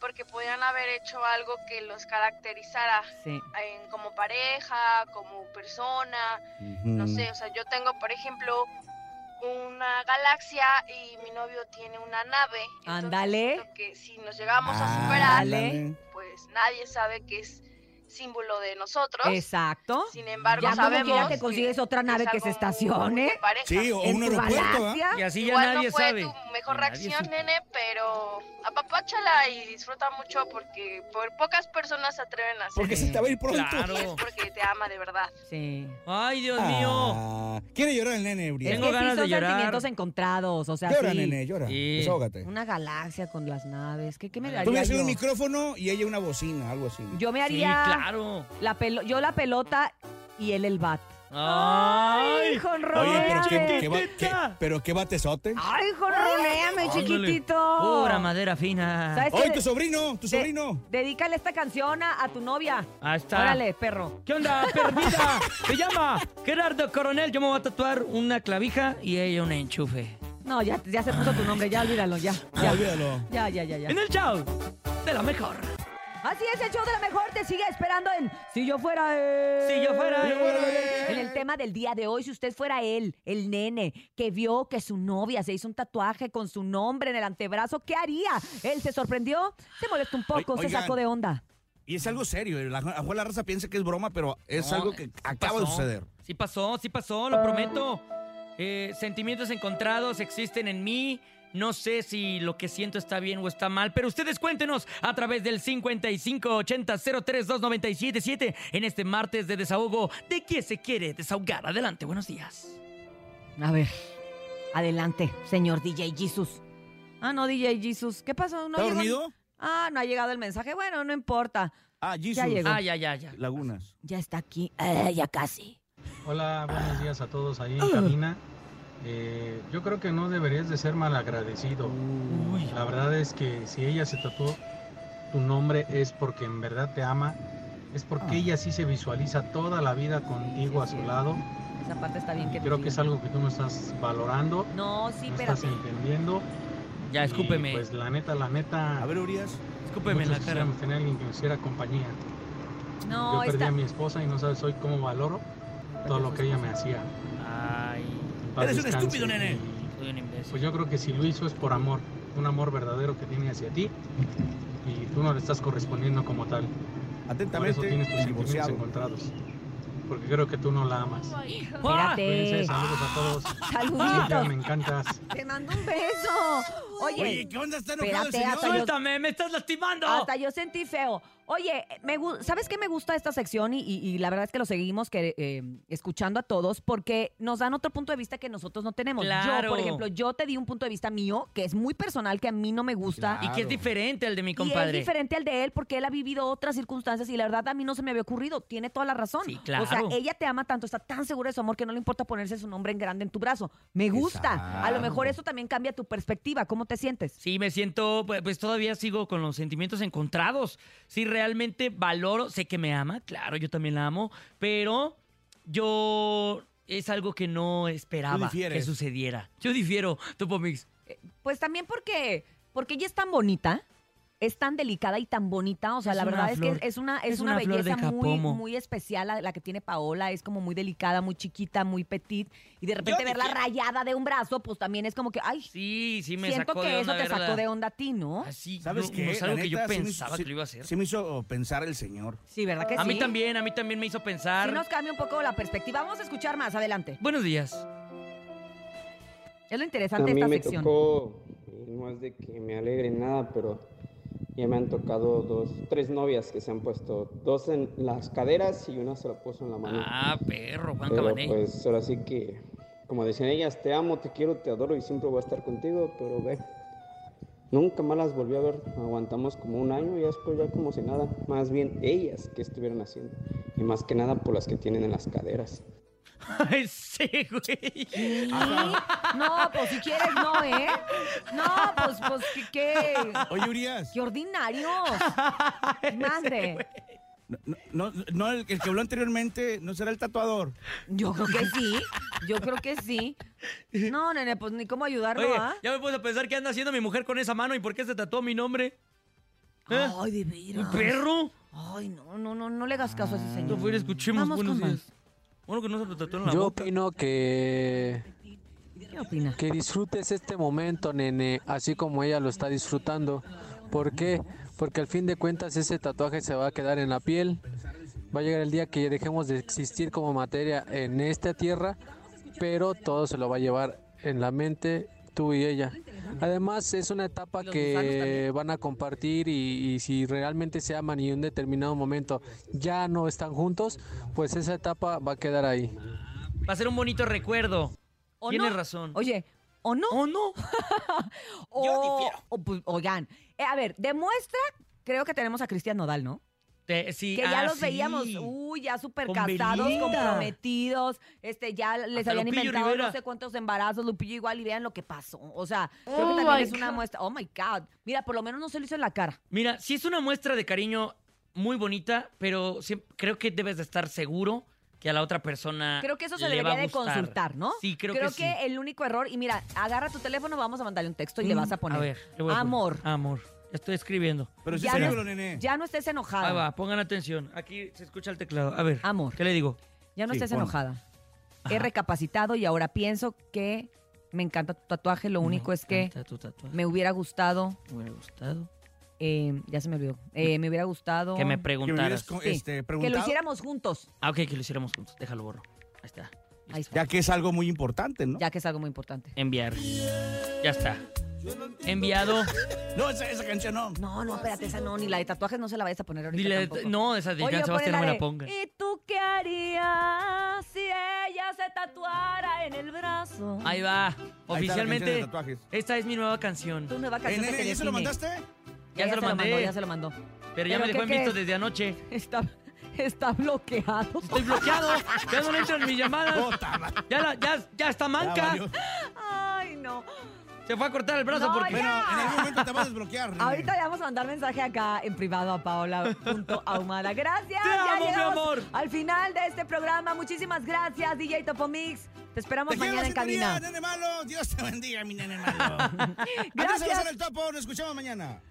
O: porque podían haber hecho algo que los caracterizara
D: Sí.
O: en- como pareja, como persona, no sé, o sea, yo tengo, por ejemplo, una galaxia y mi novio tiene una nave. entonces
D: Ándale.
O: siento que si nos llegamos
E: Ah,
G: Ah,
O: a superar,
D: Ándale.
O: pues nadie sabe que es símbolo de nosotros.
D: Exacto.
O: Sin embargo,
D: ya como
O: sabemos
D: quiera te consigues otra nave que se estacione.
O: Sí, o
D: en
O: un
D: tu
O: aeropuerto, ¿ah?
D: galaxia.
E: Y así ya
O: Igual
E: nadie
O: no fue
E: sabe.
O: tu mejor
E: Nadie
O: reacción,
E: supo.
O: nene, pero apapáchala y disfruta mucho porque por pocas personas se atreven a hacer
G: Porque se te va a ir pronto.
O: Claro. Y es porque te ama de verdad.
D: Sí.
E: Ay, Dios
D: Ah.
G: mío. Ah, Quiere llorar el nene, Uri.
D: Es que sí son sentimientos encontrados, o sea,
G: Llora,
D: sí.
G: nene, llora. Desahógate.
D: Una galaxia con las naves. ¿Qué, qué me
G: Tú me
D: daría
G: haces
D: yo?
G: un micrófono y ella una bocina, algo así.
D: Yo me haría... La pelo- yo la pelota y él el bat. ¡Ay, jonroneame!
G: Oye, pero
D: eh.
G: qué, qué, va- qué- pero qué batesote.
D: ¡Ay, jonroneame, chiquitito!
E: Pura madera fina.
D: ¿Sabes
G: ¡Ay,
D: qué?
G: tu sobrino, tu
D: De-
G: sobrino!
D: Dedícale esta canción a, a tu novia.
E: Ahí está.
D: Órale, perro.
E: ¿Qué onda, perdida? Se llama Gerardo Coronel. Yo me voy a tatuar una clavija y ella un enchufe.
D: No, ya, ya se puso tu nombre, ya olvídalo, ya. Ya,
G: olvídalo.
D: Ya, ya, ya, ya.
E: En el show de la mejor.
D: Así es, el show de la mejor te sigue esperando en Si yo fuera él.
E: Si yo fuera Si yo él. fuera él.
D: En el tema del día de hoy, si usted fuera él, el nene, que vio que su novia se hizo un tatuaje con su nombre en el antebrazo, ¿qué haría? Él se sorprendió, se molestó un poco,
G: Oy-
D: se
G: oigan.
D: sacó de onda.
G: Y es algo serio. eh. La, a la raza piensa que es broma, pero es
E: No,
G: algo que
E: sí
G: acaba de
E: pasó.
G: suceder.
E: Sí pasó, sí pasó, lo prometo. Eh, sentimientos encontrados existen en mí. No sé si lo que siento está bien o está mal, pero ustedes cuéntenos a través del 5580-032977 en este martes de desahogo. ¿De qué se quiere desahogar? Adelante, buenos días.
D: A ver, adelante, señor DJ Jesus. Ah, no, DJ Jesus. ¿Qué pasó? ¿No
G: ¿Está
D: llegó-
G: dormido?
D: Ah, no ha llegado el mensaje. Bueno, no importa.
G: Ah,
D: Ya llegó.
E: Ah, ya, ya, ya.
G: Lagunas.
D: Ya está aquí. Ah, ya casi. Ah.
T: Hola, buenos días a todos ahí en cabina. Eh, yo creo que no deberías de ser malagradecido. La verdad es que si ella se tatuó tu nombre es porque en verdad te ama, es porque ella sí se visualiza toda la vida contigo a su lado.
D: Esa parte está bien que te
T: Creo que
D: diga.
T: es algo que tú no estás valorando,
D: No, sí,
T: no estás
D: espérate.
T: entendiendo.
E: Ya,
T: Y,
E: escúpeme.
T: pues la neta, la neta. A ver, Urias,
E: escúpeme en la cara.
T: tener alguien que nos hiciera compañía.
D: No,
T: Yo perdí
D: está.
T: a mi esposa y no sabes hoy cómo valoro todo lo que ella me hacía.
E: Ay.
T: paz
E: Eres un
T: descanse.
E: estúpido, nene.
T: Y, Pues yo creo que si lo hizo es por amor, un amor verdadero que tiene hacia ti y tú no le estás correspondiendo como tal.
G: Atentamente,
T: Por eso tienes tus sentimientos
G: divorciado.
T: encontrados. Porque creo que tú no la amas.
E: ¡Ah!
D: Espérate.
T: Cuídense, saludos a todos.
D: Saluditos.
T: Silvia, me encantas.
D: Te mando un beso. Oye,
T: Oye, ¿qué onda? ¿Está
D: enojado el espérate, señor? hasta yo-
E: Suéltame, me estás lastimando.
D: Hasta yo sentí feo. Oye, me gu- ¿sabes qué me gusta esta sección? Y, y- y la verdad es que lo seguimos que, eh, escuchando a todos porque nos dan otro punto de vista que nosotros no tenemos. Yo,
E: Claro.
D: por ejemplo, yo te di un punto de vista mío que es muy personal, que a mí no me gusta.
E: Y que es diferente al de mi
D: Y
E: compadre.
D: es diferente al de él porque él ha vivido otras circunstancias y la verdad a mí no se me había ocurrido. Tiene toda la razón.
E: claro.
D: O sea, ella te ama tanto, está tan segura de su amor que no le importa ponerse su nombre en grande en tu brazo. Me gusta. A lo mejor eso también cambia tu perspectiva. ¿Cómo te sientes?
E: Sí, me siento, pues, pues, todavía sigo con los sentimientos encontrados. Sí, realmente valoro, sé que me ama, claro, yo también la amo, pero yo es algo que no esperaba que
F: difieres.
E: sucediera. Yo difiero, Topo Mix.
D: Pues también porque, porque ella es tan bonita, es tan delicada y tan bonita. O sea,
E: Es
D: la
E: una
D: verdad
E: flor.
D: es que es una, es
E: Es
D: una,
E: una flor de
D: belleza muy,
E: capomo.
D: muy especial la, la que tiene Paola. Es como muy delicada, muy chiquita, muy petit. Y de repente verla rayada de un brazo, pues también es como que, ay,
E: sí, sí me
D: siento
E: sacó
D: que
E: de
D: eso
E: onda
D: te sacó
E: verla. Ah,
D: de onda a ti, ¿no?
E: Así,
G: ¿Sabes
E: no,
G: qué?
E: no es algo
G: La
E: que yo
G: neta, sí me
E: pensaba
G: hizo-
E: que lo iba a hacer.
G: Sí me hizo pensar el señor.
D: Sí, ¿verdad que
E: a
D: sí?
E: mí también, a mí también me hizo pensar.
D: Sí nos cambia un poco la perspectiva. Vamos a escuchar más, adelante.
E: Buenos días.
D: Es lo interesante de
U: a
D: esta
U: mí me
D: sección.
U: tocó, y no es de que me alegre ni nada, pero ya me han tocado dos, tres novias que se han puesto, dos en las caderas y una se la puso en la mano.
E: Ah, perro, Juan
U: Pero,
E: Cabané.
U: Pues ahora sí que, como decían ellas, te amo, te quiero, te adoro y siempre voy a estar contigo, pero ve. Nunca más las volví a ver, aguantamos como un año y después ya como si nada, más bien ellas que estuvieron haciendo y más que nada por las que tienen en las caderas.
E: Ay, sí, güey.
D: No, pues si quieres, no, ¿eh? No, pues, pues, ¿qué? qué?
G: Oye, Urias.
D: ¡Qué ordinarios! Madre.
G: No, no, el, el que habló anteriormente no será el tatuador.
D: Yo creo que sí. Yo creo que sí. No, nene, pues ni cómo ayudarlo,
E: Oye,
D: ¿ah?
E: ya me puse a pensar qué anda haciendo mi mujer con esa mano y por qué se tatuó mi nombre. ¿Eh?
D: Ay, de veras.
E: ¿Perro? Ah, pues,
D: Ay, no, no, no, no le hagas caso a ese señor.
E: Yo fui, escuchemos.
D: Vamos
E: buenos
D: con más.
E: días. Bueno, que no se lo tatuó en la
A: Yo
E: boca.
A: opino que.
D: opina?
A: Que disfrutes este momento, nene, así como ella lo está disfrutando. ¿Por qué? Porque al fin de cuentas ese tatuaje se va a quedar en la piel. Va a llegar el día que dejemos de existir como materia en esta tierra, pero todo se lo va a llevar en la mente tú y ella. Además es una etapa que van a compartir y, y si realmente se aman y en un determinado momento ya no están juntos, pues esa etapa va a quedar ahí.
E: Va a ser un bonito recuerdo.
D: ¿O
E: Tienes
D: no?
E: razón.
D: Oye, ¿o no?
E: ¿O no?
D: o, o, pues, oigan, eh, a ver, demuestra, creo que tenemos a Cristian Nodal, ¿no?
E: Te- sí,
D: Que ya
E: ah,
D: los
E: sí.
D: veíamos, Uh. uy, ya súper
E: Con
D: casados,
E: Belinda.
D: comprometidos, este, ya les
E: Hasta
D: habían
E: Lupillo
D: inventado no
E: Rivera.
D: sé cuántos embarazos, Lupillo igual, y vean lo que pasó. O sea, creo que
E: Oh
D: también
E: my
D: es una
E: God.
D: muestra. Oh my God. Mira, por lo menos no se lo hizo en la cara.
E: Mira, sí es una muestra de cariño muy bonita, pero sí- creo que debes de estar seguro que a la otra persona
D: Creo que eso se
E: Ah, le va
D: debería
E: a
D: de
E: gustar.
D: consultar, ¿no?
E: Sí, creo, que, sí.
D: el único error, y mira, agarra tu teléfono, vamos a mandarle un texto y le vas a poner.
E: Mm, A ver, le voy a poner. Ah,
D: Amor.
E: Amor. Estoy escribiendo. Pero
D: ya, no, ya no estés enojada.
E: Ahí va, pongan atención. Aquí se escucha el teclado. A ver.
D: Amor.
E: ¿Qué le digo?
D: Ya no
E: Sí,
D: estés
E: pon.
D: enojada. He recapacitado y ahora pienso que me encanta tu tatuaje. Lo único es que
E: encanta tu tatuaje.
D: me hubiera gustado.
E: Me hubiera gustado.
D: eh, ya se me olvidó. Eh, me hubiera gustado.
E: Mm. Que me preguntaras. Que me hubieras co-
D: Sí,
E: este,
D: que lo
E: preguntado.
D: hiciéramos juntos.
E: Ah, ok, que lo hiciéramos juntos. Déjalo borro. Ahí está.
D: Ahí está.
G: Ya que es algo muy importante, ¿no?
D: Ya que es algo muy importante.
E: Enviar. Ya está. Enviado.
G: No, esa, esa canción no.
D: No, no, espérate, esa no. Ni la de tatuajes no se la vayas a poner ahorita.
E: Dile,
D: tampoco.
E: no, esa de
D: Oye,
E: Joan Sebastián no me
D: ponle de,
E: la
D: Eh,
E: ponga.
D: ¿Y tú qué harías si ella se tatuara en el brazo?
E: Ahí va.
G: la canción de
E: Oficialmente,
G: tatuajes.
E: esta es mi nueva canción.
D: Tu nueva canción
G: Eh,
D: que
G: nene,
D: te
G: ¿ya se lo
D: define.
G: mandaste?
E: Ya se lo mandé.
D: mandó, ya se lo mandó.
E: Pero ya me
D: ¿qué
E: dejó en visto
D: crees?
E: desde anoche.
D: Está, está bloqueado.
E: Estoy bloqueado. Ya no le entran mis llamadas. Ya, la- ya, ya está manca.
D: valió. Ay, no.
E: Se fue a cortar el brazo
D: No,
E: porque.
D: ya. Bueno, en algún momento
G: te vas a desbloquear.
D: Ahorita le vamos a mandar mensaje acá en privado a paola.ahumada. Gracias.
E: Te
D: ya
E: amo, mi
D: llegamos
E: amor.
D: Al final de este programa, muchísimas gracias, DJ Topomix. Te esperamos
G: Te quiero,
D: mañana en
G: Cinturía,
D: cabina.
G: nene malo. Dios te bendiga, mi nene malo. Andrés
D: Gracias.
G: Salazar el topo. Nos escuchamos mañana.